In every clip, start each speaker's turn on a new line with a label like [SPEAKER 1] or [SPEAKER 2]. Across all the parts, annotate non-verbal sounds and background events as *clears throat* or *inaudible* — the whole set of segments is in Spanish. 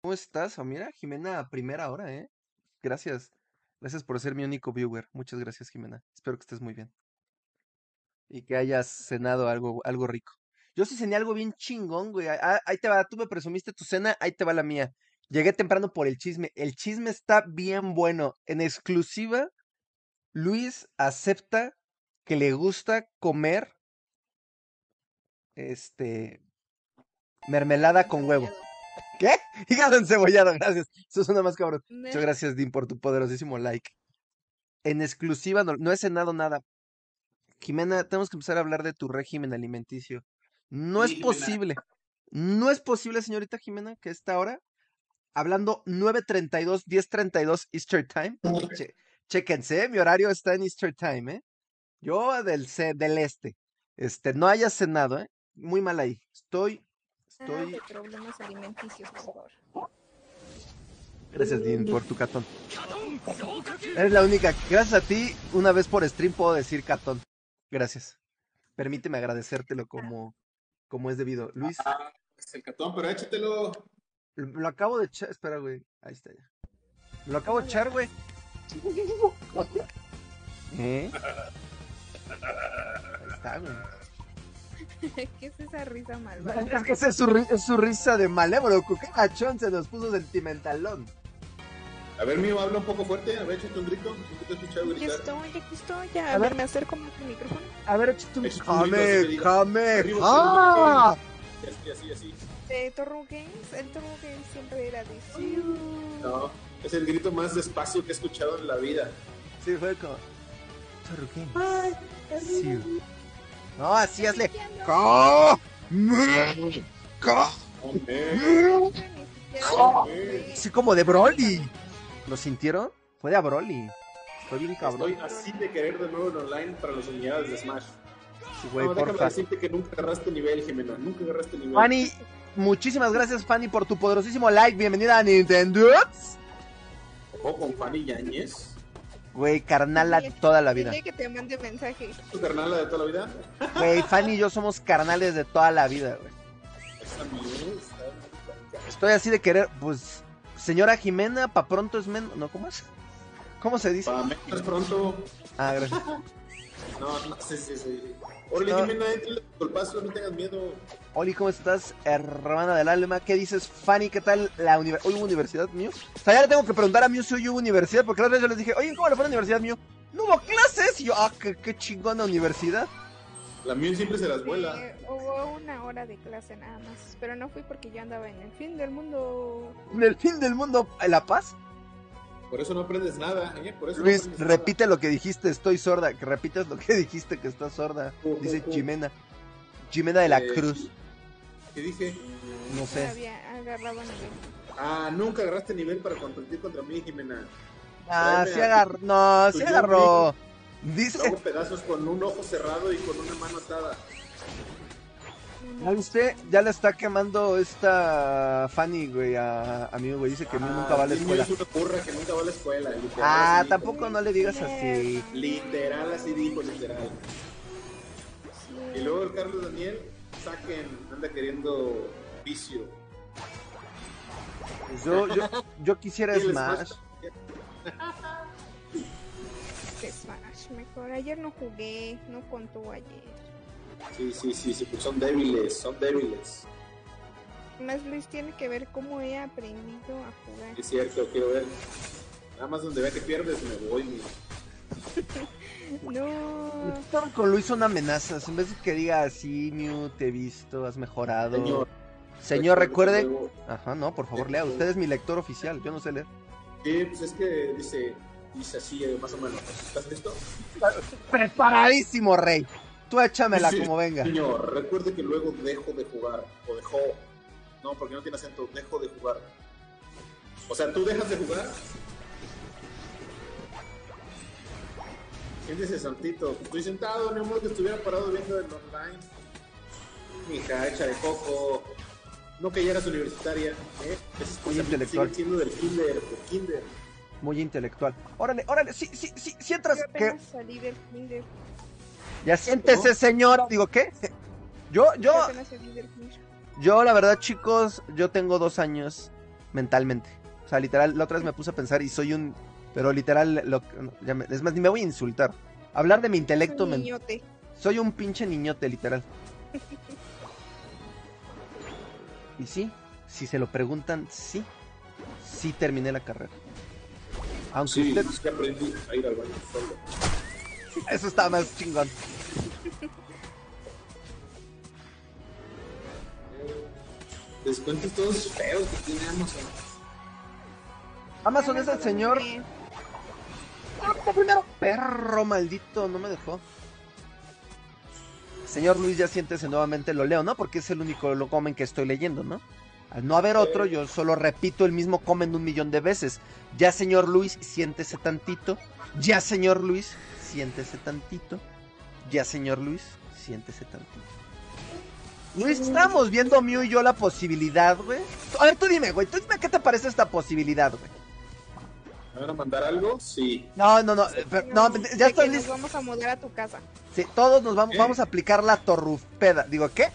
[SPEAKER 1] ¿Cómo estás? Ah, Mira, Jimena, a primera hora, ¿eh? Gracias. Gracias por ser mi único viewer. Muchas gracias, Jimena. Espero que estés muy bien y que hayas cenado algo, algo rico. Yo sí cené algo bien chingón, güey. Ah, ah, ahí te va, tú me presumiste tu cena, ahí te va la mía. Llegué temprano por el chisme. El chisme está bien bueno. En exclusiva, Luis acepta que le gusta comer, este, mermelada con huevo.
[SPEAKER 2] Encebollado.
[SPEAKER 1] ¿Qué? *laughs* Hígado encebollado, gracias. Eso suena más cabrón. Muchas
[SPEAKER 2] Ne-
[SPEAKER 1] gracias, Dean, por tu poderosísimo like. En exclusiva, no, no he cenado nada. Jimena, tenemos que empezar a hablar de tu régimen alimenticio. No es
[SPEAKER 3] Oye, Jimena,
[SPEAKER 1] posible, no es posible, señorita Jimena, que a esta hora, hablando 9.32, 10.32 Easter Time, che- chéquense, mi horario está en Easter Time, ¿eh? Yo del, ce- del este, este, no haya cenado, ¿eh? Muy mal ahí. Estoy,
[SPEAKER 2] Nada de
[SPEAKER 1] estoy.
[SPEAKER 2] problemas alimenticios, por favor. *laughs*
[SPEAKER 1] Gracias, Dean, por tu catón. Eres la única. Gracias a ti, una vez por stream puedo decir catón. Gracias. Permíteme agradecértelo como, como es debido. Luis,
[SPEAKER 3] es el catón, pero échatelo.
[SPEAKER 1] lo lo acabo de echar. Espera, güey. Ahí está ya. Lo acabo de
[SPEAKER 2] Hola.
[SPEAKER 1] echar, güey. ¿Eh? Ahí está, güey.
[SPEAKER 2] ¿Qué es esa risa
[SPEAKER 1] No,
[SPEAKER 2] malvada?
[SPEAKER 1] Es que esa es su, ri- es su risa de malévolo. Qué cachón se nos puso sentimentalón.
[SPEAKER 3] A ver, mío, habla un poco fuerte. A ver, échate un grito. No te he escuchado
[SPEAKER 2] Aquí
[SPEAKER 3] gritar.
[SPEAKER 2] estoy, aquí estoy. Ya,
[SPEAKER 1] A
[SPEAKER 2] a
[SPEAKER 1] ver.
[SPEAKER 2] ver, me acerco más al micrófono.
[SPEAKER 1] A ver, échate un.
[SPEAKER 3] Échate un grito así que
[SPEAKER 1] Kame,
[SPEAKER 3] diga.
[SPEAKER 1] Kame,
[SPEAKER 3] Arriba,
[SPEAKER 1] ¡Ah!
[SPEAKER 3] Perú. Y así, así, así.
[SPEAKER 2] De Torro Games, el Torro Games siempre era de
[SPEAKER 3] No, es el grito más despacio que he escuchado en la vida.
[SPEAKER 1] Sí, fue como. Torruquén.
[SPEAKER 2] ¡Ay,
[SPEAKER 1] Sí. No, así
[SPEAKER 2] Estoy
[SPEAKER 1] hazle.
[SPEAKER 2] mintiendo.
[SPEAKER 1] ¡Come!
[SPEAKER 3] Hombre,
[SPEAKER 2] Ni siquiera
[SPEAKER 3] Joder.
[SPEAKER 2] fue-
[SPEAKER 1] Así como de Broly. ¿Lo sintieron? Fue de a Broly. Fue bien
[SPEAKER 3] Estoy
[SPEAKER 1] cabrón.
[SPEAKER 3] así de querer de nuevo en online para los unidades de Smash.
[SPEAKER 1] Sí, güey,
[SPEAKER 3] no, déjame
[SPEAKER 1] porfa.
[SPEAKER 3] decirte que nunca agarraste nivel, Jimena. Nunca agarraste nivel.
[SPEAKER 1] Fanny, muchísimas gracias, Fanny, por tu poderosísimo like. Bienvenida a Nintendo.
[SPEAKER 3] O con Fanny Yañez.
[SPEAKER 1] Güey, carnala de toda la vida.
[SPEAKER 2] Dile que te mande mensaje.
[SPEAKER 3] Tu carnala de toda la vida.
[SPEAKER 1] Güey, Fanny y yo somos carnales de toda la vida, güey.
[SPEAKER 3] Esa mierda.
[SPEAKER 1] Estoy así de querer, pues, señora Jimena, pa' pronto es menos. ¿No? ¿Cómo es? ¿Cómo se dice?
[SPEAKER 3] Para menos pronto.
[SPEAKER 1] Ah, gracias.
[SPEAKER 3] No, no, sí, sí, sí. Órale,
[SPEAKER 1] No.
[SPEAKER 3] Jimena, entra al paso, no tengas miedo.
[SPEAKER 1] Oli, ¿cómo estás, hermana del alma? ¿Qué dices, Fanny? ¿Qué tal la universidad? ¿Hoy hubo universidad, Mew? Hasta ya le tengo que preguntar a Mew si hoy hubo universidad, porque la otra vez yo les dije, oye, ¿cómo le fue a la universidad, Mew? ¡No hubo clases! Y yo, ¡ah, qué, qué chingona universidad!
[SPEAKER 3] La miel siempre se las vuela.
[SPEAKER 2] Eh, hubo una hora de clase nada más, pero no fui porque yo andaba en el fin del mundo.
[SPEAKER 1] En el fin del mundo, ¿en La Paz?
[SPEAKER 3] Por eso no aprendes nada, ¿eh? Por eso
[SPEAKER 1] Luis,
[SPEAKER 3] no aprendes
[SPEAKER 1] repite lo que dijiste, estoy sorda. Que repitas lo que dijiste, que estás sorda.
[SPEAKER 3] nada.
[SPEAKER 1] Dice Jimena. Jimena de la
[SPEAKER 3] Eh,
[SPEAKER 1] Cruz.
[SPEAKER 3] ¿Qué dije?
[SPEAKER 1] No
[SPEAKER 2] Nunca
[SPEAKER 1] sé.
[SPEAKER 2] había agarrado nivel.
[SPEAKER 3] Ah, nunca agarraste nivel para competir contra mí, Jimena.
[SPEAKER 1] Ah,
[SPEAKER 3] tráeme
[SPEAKER 1] sí
[SPEAKER 3] a-
[SPEAKER 1] agarró. No,
[SPEAKER 3] tu
[SPEAKER 1] sí
[SPEAKER 3] Yuri.
[SPEAKER 1] agarró.
[SPEAKER 3] Te
[SPEAKER 1] Dice.
[SPEAKER 3] hago pedazos con un ojo cerrado y con una mano atada.
[SPEAKER 1] ¿Ya viste? Ya le está quemando esta Fanny, güey, a, a mí, güey. Dice que Mew nunca va a la
[SPEAKER 3] sí, Mew
[SPEAKER 1] escuela.
[SPEAKER 3] Ah, Es una burra que nunca va a la escuela, literal.
[SPEAKER 1] Ah,
[SPEAKER 3] así dijo.
[SPEAKER 1] tampoco no le digas así.
[SPEAKER 3] Literal, así dijo, literal. Y
[SPEAKER 2] Sí.
[SPEAKER 3] luego el Carlos Daniel, saquen, anda queriendo vicio.
[SPEAKER 1] Yo, yo, yo
[SPEAKER 3] *laughs*
[SPEAKER 1] quisiera
[SPEAKER 3] Y el
[SPEAKER 1] Smash.
[SPEAKER 2] Este Smash mejor. Ayer no jugué, no contó ayer.
[SPEAKER 3] Sí, sí, sí, sí, pues son débiles, son débiles.
[SPEAKER 2] Más Luis tiene que ver cómo he aprendido a jugar.
[SPEAKER 3] Es cierto, quiero ver. Nada más donde vea que pierdes, me voy, mira.
[SPEAKER 2] No.
[SPEAKER 1] Estar con Luis son amenazas. En vez de que diga así, Mew, te he visto, has mejorado.
[SPEAKER 3] Señor,
[SPEAKER 1] Señor,
[SPEAKER 3] recuerde
[SPEAKER 1] recuerde.
[SPEAKER 3] que luego-
[SPEAKER 1] Ajá, no, por favor, lea. Usted es mi lector oficial. Yo no sé leer.
[SPEAKER 3] Sí, pues es que dice, dice así, eh, más o menos. ¿Estás listo?
[SPEAKER 1] Preparadísimo, rey. Tú échamela
[SPEAKER 3] Dice,
[SPEAKER 1] como venga.
[SPEAKER 3] Señor, recuerde que luego dejo de jugar, o dejó. No, porque no tiene acento, dejo de jugar. O sea, tú dejas de jugar. ¿Quién dice Santito? Estoy sentado, no modo que estuviera parado viendo el online. Mija, hecha de coco. No que ya eras universitaria, ¿eh? Esos
[SPEAKER 1] Muy
[SPEAKER 3] pensamientos
[SPEAKER 1] intelectual.
[SPEAKER 3] siguen siendo del kinder, del kinder.
[SPEAKER 1] Muy intelectual. Órale, órale. Sí, sí, sí. Sientas
[SPEAKER 2] Yo
[SPEAKER 1] que.
[SPEAKER 2] apenas salí del kinder.
[SPEAKER 1] Ya siéntese, señora. Digo, ¿qué? Yo, yo.
[SPEAKER 2] Yo apenas salí del kinder.
[SPEAKER 1] Yo, la verdad, chicos, yo tengo dos años mentalmente. O sea, literal, la otra vez me puse a pensar y soy un... Pero literal, lo- ya me- es más, ni me voy a insultar. Hablar de mi intelecto...
[SPEAKER 2] Un
[SPEAKER 1] men-
[SPEAKER 2] niñote.
[SPEAKER 1] soy un pinche niñote, literal. Y sí, si se lo preguntan, sí. Sí terminé la carrera. Aunque
[SPEAKER 3] Sí,
[SPEAKER 1] usted...
[SPEAKER 3] es que aprendí a ir al baño solo.
[SPEAKER 1] Eso está más chingón.
[SPEAKER 3] Descuentos todos feos que tiene Amazon.
[SPEAKER 1] Amazon
[SPEAKER 2] Ya
[SPEAKER 1] es
[SPEAKER 2] me
[SPEAKER 1] el este señor...
[SPEAKER 2] acordé.
[SPEAKER 1] ¡Ah, primero! Perro maldito, no me dejó. Señor Luis, ya siéntese nuevamente, lo leo, ¿no? Porque es el único lo comen que estoy leyendo, ¿no? Al no haber otro, yo solo repito el mismo comen un millón de veces. Ya, señor Luis, siéntese tantito. Ya, señor Luis, siéntese tantito. Ya, señor Luis, siéntese tantito. Luis, estábamos viendo Mew y yo la posibilidad, güey. A ver, tú dime, güey, tú dime qué te parece esta posibilidad, güey.
[SPEAKER 3] ¿Me van a mandar algo? Sí.
[SPEAKER 1] No, no, no, eh, pero- no,
[SPEAKER 2] De
[SPEAKER 1] ya
[SPEAKER 2] que
[SPEAKER 1] estoy
[SPEAKER 2] Nos
[SPEAKER 1] listo.
[SPEAKER 2] vamos a mudar a tu casa.
[SPEAKER 1] Sí, todos nos vamos,
[SPEAKER 3] ¿Qué?
[SPEAKER 1] vamos a aplicar la torrupeda. Digo, ¿qué?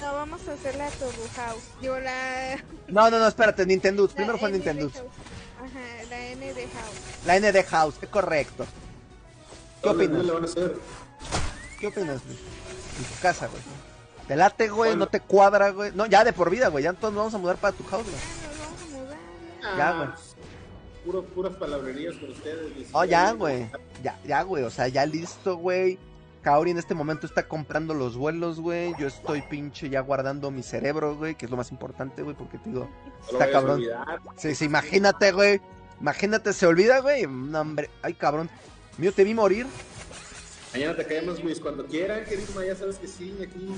[SPEAKER 2] No, vamos a hacer la Turbo House. Yo la.
[SPEAKER 1] No, no, no, espérate, Nintendo.
[SPEAKER 2] la
[SPEAKER 1] Primero fue
[SPEAKER 2] ND
[SPEAKER 1] Nintendo.
[SPEAKER 2] House. Ajá, la N de House.
[SPEAKER 1] La ND House, es correcto. ¿Qué
[SPEAKER 3] Ahora,
[SPEAKER 1] opinas?
[SPEAKER 3] ¿no le van a hacer?
[SPEAKER 1] ¿Qué opinas, güey? En tu casa, güey. Te late, güey,
[SPEAKER 3] Bueno.
[SPEAKER 1] no te cuadra, güey. No, ya de por vida, güey. Ya todos nos vamos a mudar para tu house, güey.
[SPEAKER 2] Ah, nos vamos a mudar.
[SPEAKER 1] Ya,
[SPEAKER 3] Ah,
[SPEAKER 1] güey.
[SPEAKER 3] Puro, puras palabrerías con ustedes. ni
[SPEAKER 1] Oh, ya,
[SPEAKER 3] siquiera-
[SPEAKER 1] güey. Ya, ya, güey. O sea, ya listo, güey. Kaori en este momento está comprando los vuelos, güey. Yo estoy pinche ya guardando mi cerebro, güey, que es lo más importante, güey, porque te digo,
[SPEAKER 3] No lo
[SPEAKER 1] está
[SPEAKER 3] vayas a
[SPEAKER 1] cabrón.
[SPEAKER 3] olvidar.
[SPEAKER 1] Sí, sí, imagínate, güey. Imagínate, se olvida, güey. No, hombre, ay, cabrón. Mío, te vi morir.
[SPEAKER 3] Mañana te caemos, Luis, cuando quieran, querido. Ya sabes que sí, aquí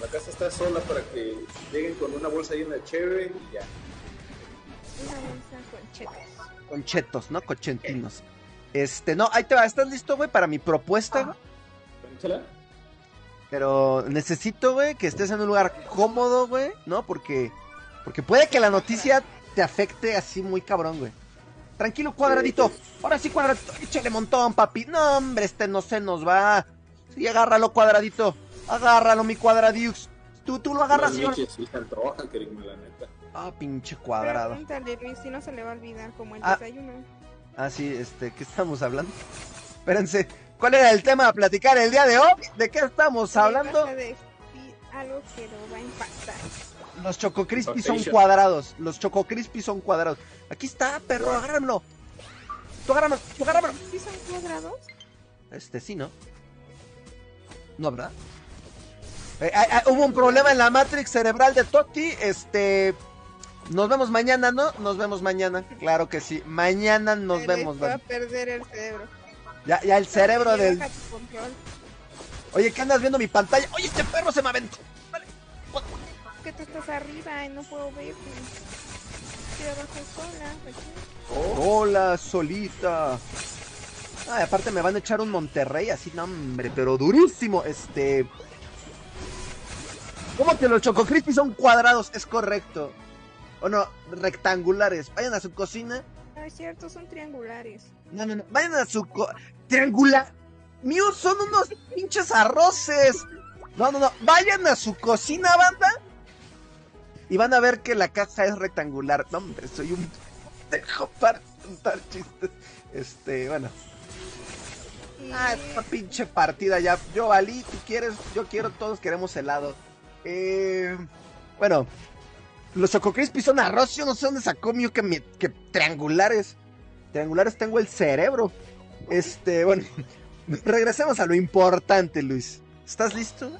[SPEAKER 3] la casa está sola para que lleguen con una bolsa llena de chévere y ya.
[SPEAKER 2] Una bolsa con chetos.
[SPEAKER 1] Con chetos, ¿no? Cochentinos. Este, no, ahí te va. ¿Estás listo, güey, para mi propuesta, güey?
[SPEAKER 3] Échala.
[SPEAKER 1] Pero necesito, güey, que estés en un lugar cómodo, güey, ¿no? Porque, porque puede que la noticia te afecte así muy cabrón, güey. Tranquilo, cuadradito. Ahora sí, cuadradito. Échale montón, papi. No, hombre, este no se nos va. Sí, agárralo, cuadradito. Agárralo, mi cuadradix. Tú, tú lo agarras,
[SPEAKER 3] Las
[SPEAKER 1] señor.
[SPEAKER 3] leches sí se antojan, querido, la neta.
[SPEAKER 1] Ah, pinche cuadrado.
[SPEAKER 2] Pregúntale, Luis, si no se le va a olvidar como el
[SPEAKER 1] Ah.
[SPEAKER 2] desayuno.
[SPEAKER 1] Ah, sí, este, ¿qué estamos hablando? *laughs* Espérense, ¿cuál era el tema a platicar el día de hoy? ¿De qué estamos hablando?
[SPEAKER 2] Vas a decir algo que lo va a impactar.
[SPEAKER 1] Los Choco Crispy son
[SPEAKER 3] Rotation.
[SPEAKER 1] cuadrados. Los Choco Crispy son cuadrados. Aquí está, perro, agárramelo. Tú agárramelo, tú agárramelo.
[SPEAKER 2] ¿Sí son cuadrados?
[SPEAKER 1] Este sí, ¿no? No, ¿verdad? Eh, ah, ah, hubo un problema en la Matrix cerebral de Totti. Este. Nos vemos mañana, ¿no? Nos vemos mañana. Claro que sí. Mañana nos
[SPEAKER 2] Se
[SPEAKER 1] vemos,
[SPEAKER 2] les va a
[SPEAKER 1] Dani.
[SPEAKER 2] perder el cerebro.
[SPEAKER 1] Ya, ya el cerebro
[SPEAKER 2] Baja
[SPEAKER 1] del
[SPEAKER 2] tu control.
[SPEAKER 1] Oye, ¿qué andas viendo mi pantalla? Oye, este perro se me aventó.
[SPEAKER 2] que tú estás arriba y no puedo verte. Estoy abajo sola. pues, sí.
[SPEAKER 1] Hola, solita. Ay, aparte me van a echar un Monterrey así, no, hombre, pero durísimo. Este. ¿Cómo que los Choco Crispy son cuadrados? Es correcto. O no, rectangulares. Vayan a su cocina.
[SPEAKER 2] No Ah, es cierto, son triangulares.
[SPEAKER 1] No, no, no. Vayan a su co- triangular. Mío, son unos pinches arroces. No, no, no. Vayan a su cocina, banda. Y van a ver que la caja es rectangular. No, hombre, soy un. Dejo para contar chistes. Este, bueno.
[SPEAKER 2] Y-
[SPEAKER 1] Ah, esta pinche partida ya. Yo valí, tú quieres, yo quiero, todos queremos helado. Eh, bueno, los Choco Crispy son arroz, yo no sé dónde sacó mío que, mi- que triangulares. Triangulares tengo el cerebro. Este, bueno, regresemos a lo importante, Luis. ¿Estás listo?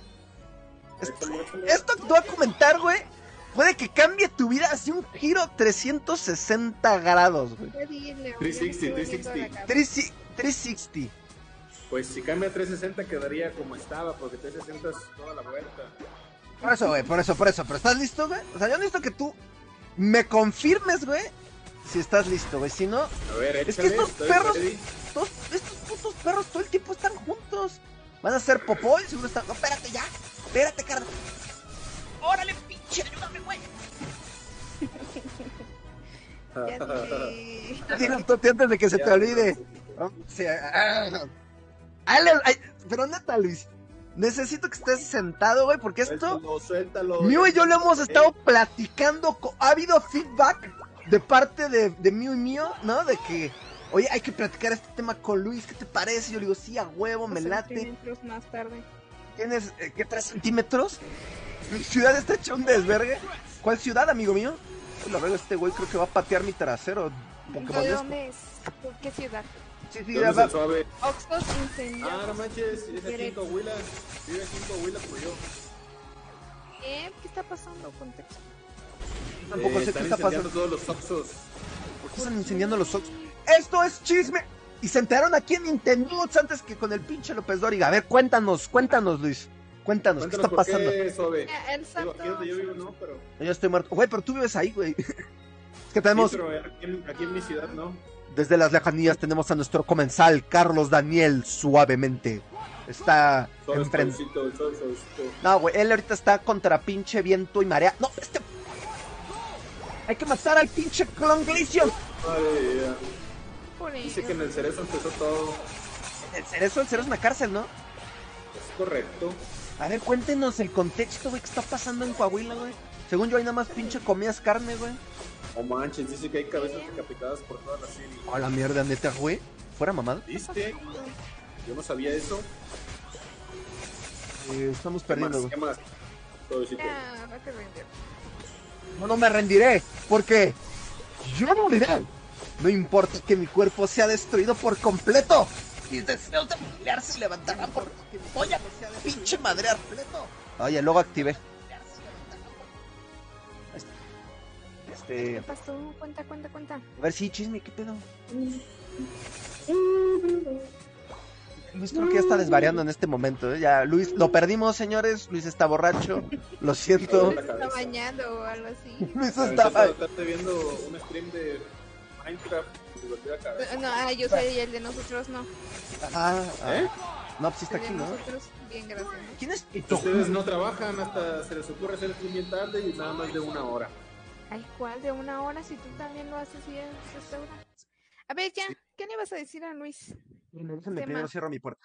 [SPEAKER 1] Esto, esto que te voy a comentar, güey, puede que cambie tu vida hacia un giro 360 grados, güey.
[SPEAKER 2] Ya dile, ya me
[SPEAKER 3] 360,
[SPEAKER 2] estoy volviendo a la cabeza.
[SPEAKER 3] 360.
[SPEAKER 1] 360. 360.
[SPEAKER 3] Pues si cambia a 360 quedaría como estaba, porque 360 es toda la vuelta.
[SPEAKER 1] Por eso, güey, por eso, por eso. ¿Pero estás listo, güey? O sea, yo necesito que tú me confirmes, güey, si estás listo, güey. Si no,
[SPEAKER 3] A ver, échale.
[SPEAKER 1] Es que estos
[SPEAKER 3] estoy
[SPEAKER 1] perros-
[SPEAKER 3] ready.
[SPEAKER 1] todos estos putos perros todo el tiempo están juntos. Van a ser popó y seguro están... No, espérate ya. Espérate, carnal. *laughs* Órale, pinche, ayúdame, güey.
[SPEAKER 2] Ya dile.
[SPEAKER 1] Dilo tú antes de que se
[SPEAKER 3] Ya,
[SPEAKER 1] te olvide. ¿no? Sí, ah, ah, ah. Ale, ay, pero neta, Luis. Necesito que estés sentado, güey, porque esto.
[SPEAKER 3] Suéltalo, suéltalo.
[SPEAKER 1] Mew y yo lo hemos
[SPEAKER 3] Eh,
[SPEAKER 1] estado platicando. co- Ha habido feedback de parte de, de Mew y mío, ¿no? De que, oye, hay que platicar este tema con Luis, ¿qué te parece? Yo le digo, sí, a huevo, me
[SPEAKER 2] Dos
[SPEAKER 1] late.
[SPEAKER 2] centímetros más tarde.
[SPEAKER 1] ¿Tienes eh, qué tres centímetros? Mi ciudad está hecha un desvergue. ¿Cuál ciudad, amigo mío? Pues la verdad, este güey creo que va a patear mi trasero.
[SPEAKER 2] ¿De
[SPEAKER 1] Pokémonesco.
[SPEAKER 2] dónde es? ¿Por qué ciudad?
[SPEAKER 1] Sí, sí,
[SPEAKER 3] ¿Dónde
[SPEAKER 1] ya
[SPEAKER 3] es
[SPEAKER 1] va-
[SPEAKER 3] el suave?
[SPEAKER 2] Oxford
[SPEAKER 3] Ah, no
[SPEAKER 2] incendiado.
[SPEAKER 3] manches, es aquí en Coahuila. Vive aquí en Coahuila como yo.
[SPEAKER 2] ¿Qué? ¿Qué está pasando? Contexto.
[SPEAKER 1] tampoco sé
[SPEAKER 3] Eh,
[SPEAKER 1] qué
[SPEAKER 3] están
[SPEAKER 1] está pasando.
[SPEAKER 3] incendiando todos los Oxxos.
[SPEAKER 1] ¿Por qué están incendiando los Ox? ¡Esto es chisme! Y se enteraron aquí en Nintendo antes que con el pinche López Dóriga. A ver, cuéntanos, cuéntanos, Luis. Cuéntanos, ¿qué
[SPEAKER 3] Cuéntanos
[SPEAKER 1] está
[SPEAKER 3] por
[SPEAKER 1] pasando?
[SPEAKER 3] qué, suave.
[SPEAKER 2] Ya, El
[SPEAKER 3] Digo, aquí
[SPEAKER 2] santo.
[SPEAKER 3] donde yo vivo, no, pero...
[SPEAKER 1] Yo estoy muerto. Güey, pero tú vives ahí, güey. Es que tenemos,
[SPEAKER 3] Sí, pero aquí, en- aquí en mi ciudad, ¿no?
[SPEAKER 1] desde las lejanías, tenemos a nuestro comensal, Carlos Daniel, suavemente. Está
[SPEAKER 3] Suave,
[SPEAKER 1] enfrente.
[SPEAKER 3] suavecito, suave, suavecito.
[SPEAKER 1] No, güey, él ahorita está contra pinche viento y marea. No, este. Hay que matar al pinche Clonglicio.
[SPEAKER 3] Vale, ya.
[SPEAKER 2] Pobre-
[SPEAKER 3] Dice que en el cerezo empezó todo.
[SPEAKER 1] El cerezo, el cerezo es una cárcel, ¿no?
[SPEAKER 3] Es correcto.
[SPEAKER 1] A ver, cuéntenos el contexto, güey, que está pasando en Coahuila, güey. Según yo, hay nada más pinche comidas carne, güey.
[SPEAKER 3] O manches, dice que hay cabezas decapitadas por toda la serie.
[SPEAKER 1] A la mierda, neta, güey. Fuera mamada.
[SPEAKER 3] ¿Viste? Yo no sabía eso.
[SPEAKER 1] Eh, estamos
[SPEAKER 3] ¿Qué más?
[SPEAKER 1] perdiendo, güey.
[SPEAKER 3] ¿Qué más? Suavecito.
[SPEAKER 2] Ya, no te rindes.
[SPEAKER 1] No, no me rendiré, porque yo no moriré. No importa que mi cuerpo sea destruido por completo. Mis deseos de pelear se levantarán por que mi polla me sea de pinche madre completo. Oye, luego activé. Este,
[SPEAKER 2] ¿Qué pasó? Cuenta, cuenta, cuenta.
[SPEAKER 1] a ver si chisme, ¿qué pedo? Luis creo que ya está desvariando en este momento. ¿eh? Ya, Luis, lo perdimos, señores. Luis está borracho. Lo siento.
[SPEAKER 3] *laughs* la
[SPEAKER 2] Está
[SPEAKER 3] cabeza.
[SPEAKER 2] bañando o algo así.
[SPEAKER 1] Luis
[SPEAKER 3] Ahorita
[SPEAKER 1] está.
[SPEAKER 3] Estás viendo un stream de Minecraft. y te golpea la cabeza.
[SPEAKER 2] No, ah, yo soy el de nosotros, no.
[SPEAKER 1] Ajá. ah.
[SPEAKER 3] ¿Eh?
[SPEAKER 1] No, pues sí está
[SPEAKER 2] El de
[SPEAKER 1] aquí, ¿no?
[SPEAKER 2] nosotros, bien, gracias.
[SPEAKER 1] ¿Quién es Pito?
[SPEAKER 3] Ustedes no trabajan hasta se les ocurre hacer stream bien tarde y nada más de una hora.
[SPEAKER 2] Ay, ¿cuál de una hora si tú también lo haces y es esta hora? A ver, ya, ¿qué le vas a decir a Luis?
[SPEAKER 1] Déjenme
[SPEAKER 2] Tema.
[SPEAKER 1] primero cierro mi puerta.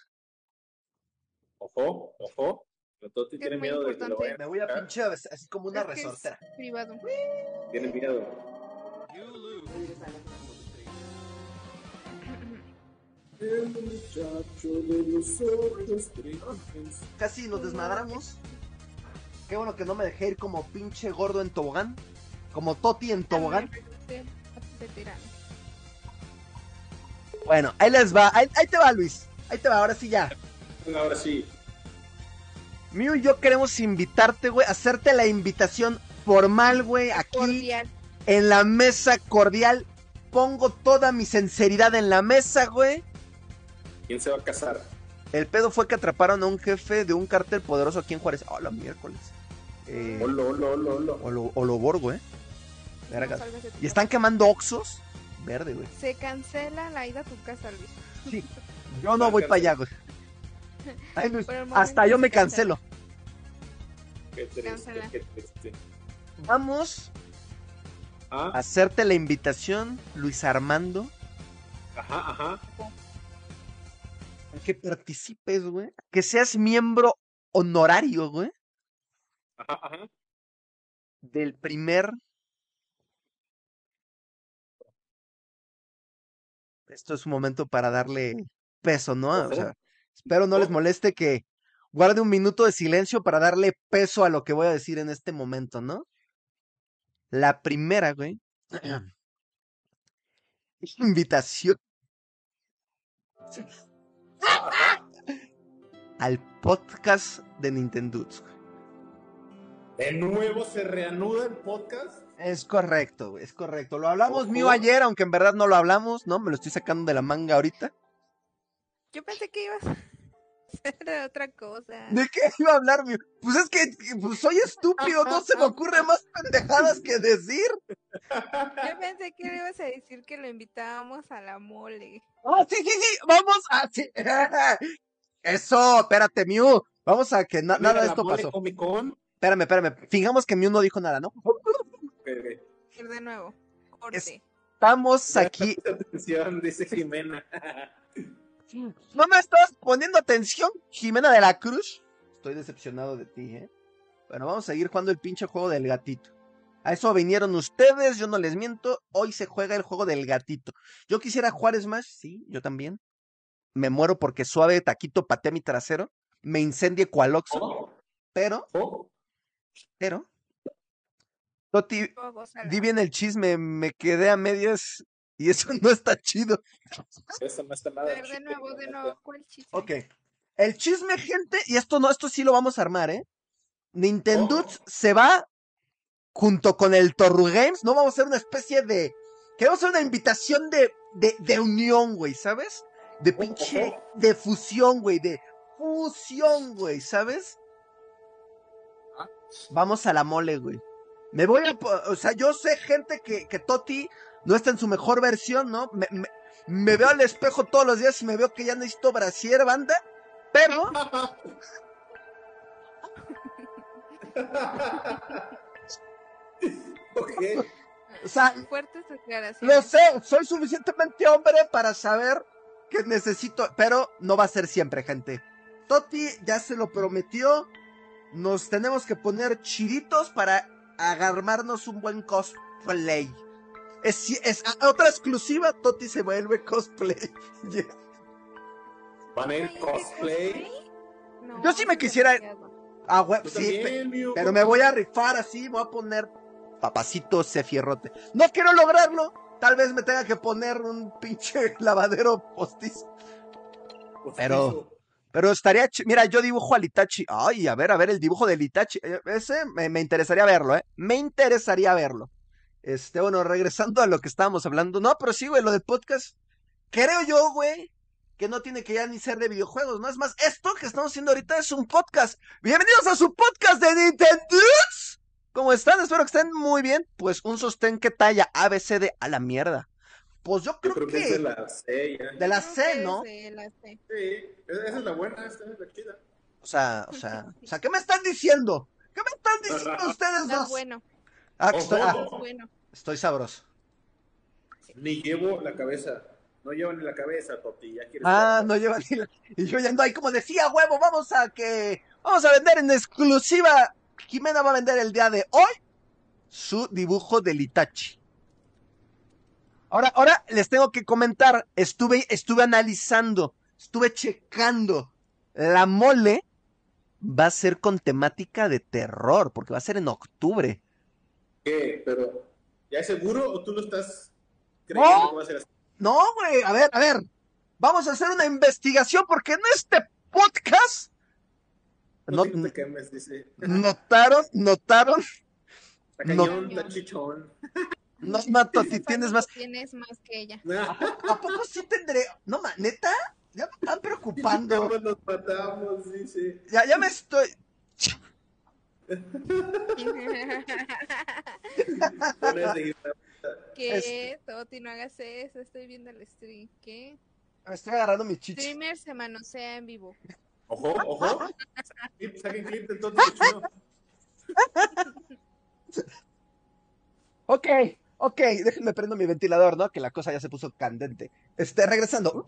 [SPEAKER 3] Ojo, ojo. Pero Toti
[SPEAKER 2] Es
[SPEAKER 3] tiene
[SPEAKER 2] muy
[SPEAKER 3] miedo de que lo
[SPEAKER 2] importante.
[SPEAKER 1] Me
[SPEAKER 3] vayan.
[SPEAKER 1] voy a pinche a- así como una
[SPEAKER 2] Es que es
[SPEAKER 1] resortera.
[SPEAKER 2] Privado.
[SPEAKER 3] Tiene miedo.
[SPEAKER 1] Casi nos desmadramos. Qué bueno que no me dejé ir como pinche gordo en tobogán. Como Toti en tobogán. Bueno, ahí les va. Ahí, ahí te va, Luis. Ahí te va, ahora sí ya.
[SPEAKER 3] Ah, Ahora sí.
[SPEAKER 1] Miu y yo queremos invitarte, güey, a hacerte la invitación formal, güey, aquí
[SPEAKER 2] Cordial.
[SPEAKER 1] en la mesa cordial. Pongo toda mi sinceridad en la mesa, güey.
[SPEAKER 3] ¿Quién se va a casar?
[SPEAKER 1] El pedo fue que atraparon a un jefe de un cártel poderoso aquí en Juárez. Oh, la miércoles. Eh,
[SPEAKER 3] Olo, olo, olo, olo.
[SPEAKER 1] Olo- Oloborgo, eh. Verga.
[SPEAKER 2] Sálvese tu
[SPEAKER 1] Y están quemando oxos. Verde, güey.
[SPEAKER 2] casa. Se cancela la ida a tu casa, Luis.
[SPEAKER 1] Yo no voy para allá, güey. Ay, Luis,
[SPEAKER 2] Por el momento
[SPEAKER 1] hasta yo
[SPEAKER 2] se
[SPEAKER 1] me
[SPEAKER 2] cancela.
[SPEAKER 1] cancelo.
[SPEAKER 3] Qué triste,
[SPEAKER 2] Cancela.
[SPEAKER 3] qué triste.
[SPEAKER 1] Vamos a
[SPEAKER 3] Ah,
[SPEAKER 1] hacerte la invitación, Luis Armando,
[SPEAKER 3] ajá, ajá.
[SPEAKER 1] a que participes, güey. Que seas miembro honorario, güey,
[SPEAKER 3] Ajá, ajá.
[SPEAKER 1] del primer. Esto es un momento para darle peso, ¿no? O
[SPEAKER 3] Ojo.
[SPEAKER 1] sea, espero no les
[SPEAKER 3] Ojo.
[SPEAKER 1] moleste que guarde un minuto de silencio para darle peso a lo que voy a decir en este momento, ¿no? La primera, güey. *clears throat* es una Invitación. Al podcast de Nintendo.
[SPEAKER 3] De nuevo se reanuda el podcast.
[SPEAKER 1] Es correcto, güey, es correcto. Lo hablamos
[SPEAKER 3] Ojo.
[SPEAKER 1] mío ayer, aunque en verdad no lo hablamos, ¿no? Me lo estoy sacando de la manga ahorita. *laughs*
[SPEAKER 2] Yo pensé que ibas *laughs* a hacer de otra cosa.
[SPEAKER 1] ¿De qué iba a hablar, mío? Pues es que que, pues, soy estúpido, no se me ocurre más pendejadas que decir.
[SPEAKER 2] Yo pensé que le ibas a decir que lo invitábamos a la mole.
[SPEAKER 1] Ah, sí, sí, sí, vamos a... sí. *laughs* Eso, espérate, Mew. Vamos a que na- nada de esto pasó.
[SPEAKER 3] Comic Con.
[SPEAKER 1] Espérame, espérame. Fingamos que Mew no dijo nada, *laughs* ¿no?
[SPEAKER 2] Ir de nuevo. Corte.
[SPEAKER 1] Es- Estamos aquí.
[SPEAKER 3] *laughs* Atención, dice Jimena.
[SPEAKER 1] ¿No me estás poniendo atención, Jimena de la Cruz? Estoy decepcionado de ti, ¿eh? Bueno, vamos a seguir jugando el pinche juego del gatito. A eso vinieron ustedes, yo no les miento. Hoy se juega el juego del gatito. Yo quisiera jugar Smash, sí, yo también. Me muero porque suave taquito patea mi trasero. Me incendie cual Oxxo,
[SPEAKER 3] ¿Oh?
[SPEAKER 1] Pero,
[SPEAKER 3] ¿Oh?
[SPEAKER 1] pero. Toti,
[SPEAKER 2] Luego gózala.
[SPEAKER 1] di bien el chisme, me quedé a medias y eso *laughs* no está chido.
[SPEAKER 3] Eso no está
[SPEAKER 2] A
[SPEAKER 3] nada.
[SPEAKER 2] ver, de
[SPEAKER 3] chido,
[SPEAKER 2] nuevo, de
[SPEAKER 3] la
[SPEAKER 2] nuevo. ¿Cuál chiste?
[SPEAKER 1] Ok. El chisme, gente, y esto no, esto sí lo vamos a armar, ¿eh? Nintendo
[SPEAKER 3] Oh.
[SPEAKER 1] se va junto con el Torru Games, ¿no? Vamos a hacer una especie de. Queremos hacer una invitación de, de, de unión, güey, ¿sabes? De pinche. De fusión, güey, de fusión, güey, ¿sabes?
[SPEAKER 3] Ah.
[SPEAKER 1] Vamos a la mole, güey. Me voy a. po- O sea, yo sé, gente, que, que Toti no está en su mejor versión, ¿no? Me, me- me veo al espejo todos los días y me veo que ya necesito brasier, banda. Pero
[SPEAKER 3] *laughs* ok.
[SPEAKER 1] O sea,
[SPEAKER 2] Fuertes declaraciones.
[SPEAKER 1] lo sé, soy suficientemente hombre para saber que necesito, pero no va a ser siempre, gente. Toti ya se lo prometió. Nos tenemos que poner chiritos para agarmarnos un buen cosplay. Es, es a- otra exclusiva, Toti se vuelve cosplay. *laughs* Yeah.
[SPEAKER 3] Van a
[SPEAKER 2] ¿Ay,
[SPEAKER 3] ir
[SPEAKER 2] qué
[SPEAKER 3] cosplay.
[SPEAKER 2] No,
[SPEAKER 1] Yo sí me
[SPEAKER 2] eso es
[SPEAKER 1] quisiera-
[SPEAKER 2] demasiado.
[SPEAKER 1] Ah, güey,
[SPEAKER 3] Yo
[SPEAKER 1] sí, pe-
[SPEAKER 3] también, Miu.
[SPEAKER 1] pero me voy a rifar así, me voy a poner papacito cefierrote. No quiero lograrlo, tal vez me tenga que poner un pinche *laughs* lavadero postizo.
[SPEAKER 3] Pues,
[SPEAKER 1] pero-
[SPEAKER 3] hijo,
[SPEAKER 1] Pero estaría. chi- Mira, yo dibujo al Itachi. Ay, a ver, a ver, el dibujo del Itachi. eh, Ese me, me interesaría verlo, ¿eh? Me interesaría verlo. Este, bueno, regresando a lo que estábamos hablando. No, pero sí, güey, lo del podcast. Creo yo, güey, que no tiene que ya ni ser de videojuegos. No es más, esto que estamos haciendo ahorita es un podcast. Bienvenidos a su podcast de Nintendo. ¿Cómo están? Espero que estén muy bien. Pues un sostén que talla ABC de a la mierda. Pues yo
[SPEAKER 3] Yo
[SPEAKER 1] creo,
[SPEAKER 3] creo que es de la C, ya.
[SPEAKER 1] de la
[SPEAKER 2] Creo
[SPEAKER 1] C,
[SPEAKER 2] que
[SPEAKER 1] ¿no?
[SPEAKER 2] es de la C.
[SPEAKER 3] Sí, esa esa es la buena, esa es la chida.
[SPEAKER 1] O sea, o
[SPEAKER 2] *laughs*
[SPEAKER 1] sea, o sea, ¿qué me están diciendo? ¿Qué me están diciendo ustedes
[SPEAKER 2] Estás
[SPEAKER 1] dos?
[SPEAKER 2] bueno,
[SPEAKER 1] Ah, que estoy, ah,
[SPEAKER 2] estás bueno.
[SPEAKER 1] estoy sabroso.
[SPEAKER 3] Ni llevo la cabeza. No llevo ni la cabeza, Toti. Ya quieres.
[SPEAKER 1] Ah,
[SPEAKER 3] que-
[SPEAKER 1] no lleva ni la... Y yo ya ando ahí como decía, huevo, vamos a que... Vamos a vender en exclusiva. Jimena va a vender el día de hoy su dibujo del Itachi. Ahora, ahora les tengo que comentar, estuve, estuve analizando, estuve checando. La mole va a ser con temática de terror, porque va a ser en octubre.
[SPEAKER 3] ¿Qué? Pero, ¿ya es seguro o tú lo estás creyendo
[SPEAKER 1] ¡Oh!
[SPEAKER 3] que va a ser así?
[SPEAKER 1] No, güey, a ver, a ver. Vamos a hacer una investigación porque en este podcast
[SPEAKER 3] No,
[SPEAKER 1] no-
[SPEAKER 3] no te quemes, dice.
[SPEAKER 1] notaron, notaron,
[SPEAKER 3] Está
[SPEAKER 1] no.
[SPEAKER 3] cañón, está chichón.
[SPEAKER 1] no, no, Toti, tienes más.
[SPEAKER 2] Tienes más que
[SPEAKER 1] *laughs*
[SPEAKER 2] ella. *laughs*
[SPEAKER 3] *laughs*
[SPEAKER 1] ¿A poco sí tendré? No, ma, neta, ya me están preocupando.
[SPEAKER 3] Todos nos matamos, dice.
[SPEAKER 1] Ya, ya me estoy.
[SPEAKER 3] Pones de guitarra.
[SPEAKER 2] ¿Qué? Toti, no hagas eso. Estoy viendo el stream. ¿Qué?
[SPEAKER 1] Me estoy agarrando mi chichi.
[SPEAKER 2] Streamer se manosea en vivo.
[SPEAKER 3] Ojo, ojo. Clip, Saquen clip del Toti, qué chido.
[SPEAKER 1] Ok, ok, déjenme prendo mi ventilador, ¿no? Que la cosa ya se puso candente. Este, regresando.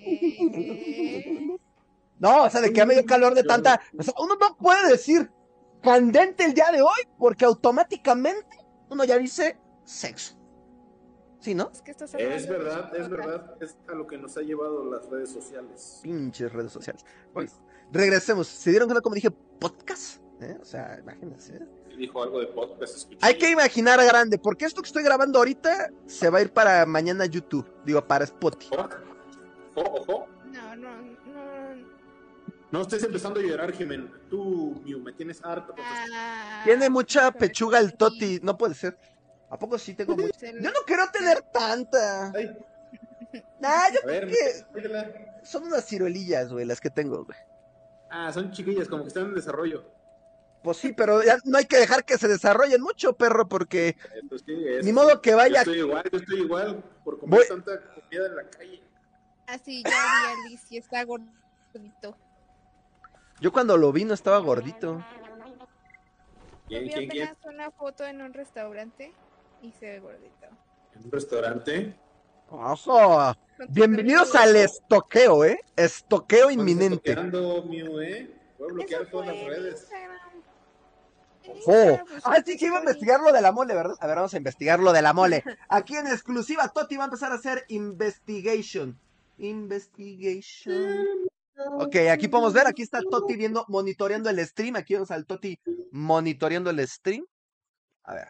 [SPEAKER 2] ¿Qué?
[SPEAKER 1] No, o sea, de que a medio calor de tanta. O sea, uno no puede decir candente el día de hoy, porque automáticamente uno ya dice sexo. ¿Sí, no?
[SPEAKER 2] Es que estás
[SPEAKER 3] Es
[SPEAKER 2] hablando de
[SPEAKER 3] verdad, es
[SPEAKER 2] otra.
[SPEAKER 3] verdad. Es a lo que nos ha llevado las redes sociales.
[SPEAKER 1] Pinches redes sociales. Bueno, regresemos. ¿Se dieron cuenta como dije podcast? ¿Eh? O sea, imagínense. ¿eh?
[SPEAKER 3] Dijo algo de podcast, escuché.
[SPEAKER 1] Hay que imaginar grande, porque esto que estoy grabando ahorita se va a ir para mañana a YouTube. Digo, para Spotify.
[SPEAKER 3] Ojo, ojo.
[SPEAKER 2] No, no, no.
[SPEAKER 3] No estés empezando a llorar, Jimen. Tú, Miu, me tienes harto. con tus-
[SPEAKER 2] Ah,
[SPEAKER 1] Tiene mucha
[SPEAKER 2] sobre
[SPEAKER 1] pechuga el
[SPEAKER 2] todo
[SPEAKER 1] Toti. No puede ser. ¿A poco sí
[SPEAKER 3] *laughs*
[SPEAKER 1] tengo mucha?
[SPEAKER 2] Se
[SPEAKER 1] Yo no quiero tener tanta.
[SPEAKER 3] Ay,
[SPEAKER 1] Nah, yo
[SPEAKER 3] a ver,
[SPEAKER 1] creo que
[SPEAKER 3] métela.
[SPEAKER 1] Son unas ciruelillas, güey, las que tengo, güey.
[SPEAKER 3] Ah, son chiquillas, como que están en desarrollo.
[SPEAKER 1] Pues sí, pero ya no hay que dejar que se desarrollen mucho, perro, porque
[SPEAKER 3] Esto Pues sí, es-
[SPEAKER 1] ni modo que
[SPEAKER 3] Yo
[SPEAKER 1] vaya.
[SPEAKER 3] estoy igual, yo estoy igual por comer
[SPEAKER 1] Voy-
[SPEAKER 3] tanta comida en la calle.
[SPEAKER 2] Así Ah, ya vi a Liz y está gordito.
[SPEAKER 1] Yo cuando lo vi no estaba gordito.
[SPEAKER 3] ¿Quién,
[SPEAKER 2] Vi
[SPEAKER 3] quién, quién?
[SPEAKER 2] apenas una foto en un restaurante y se ve gordito.
[SPEAKER 3] ¿En un restaurante?
[SPEAKER 1] ¡Ojo!
[SPEAKER 2] Con tus
[SPEAKER 1] Bienvenidos
[SPEAKER 2] amigos.
[SPEAKER 1] al estoqueo, ¿eh? Estoqueo inminente.
[SPEAKER 3] Estás toqueando, Miu, ¿eh? Voy a bloquear
[SPEAKER 2] Eso
[SPEAKER 3] todas
[SPEAKER 2] fue
[SPEAKER 3] las
[SPEAKER 2] en
[SPEAKER 3] redes.
[SPEAKER 2] Instagram. En
[SPEAKER 1] ¡Oh!
[SPEAKER 2] Instagram, pues,
[SPEAKER 1] Ah, sí que iba a investigar lo de la mole, ¿verdad? A ver, vamos a investigar lo de la mole. Aquí en exclusiva, Toti va a empezar a hacer investigation. Investigation. Ok, aquí podemos ver, aquí está Toti viendo, monitoreando el stream. Aquí vamos al Toti monitoreando el stream. A ver.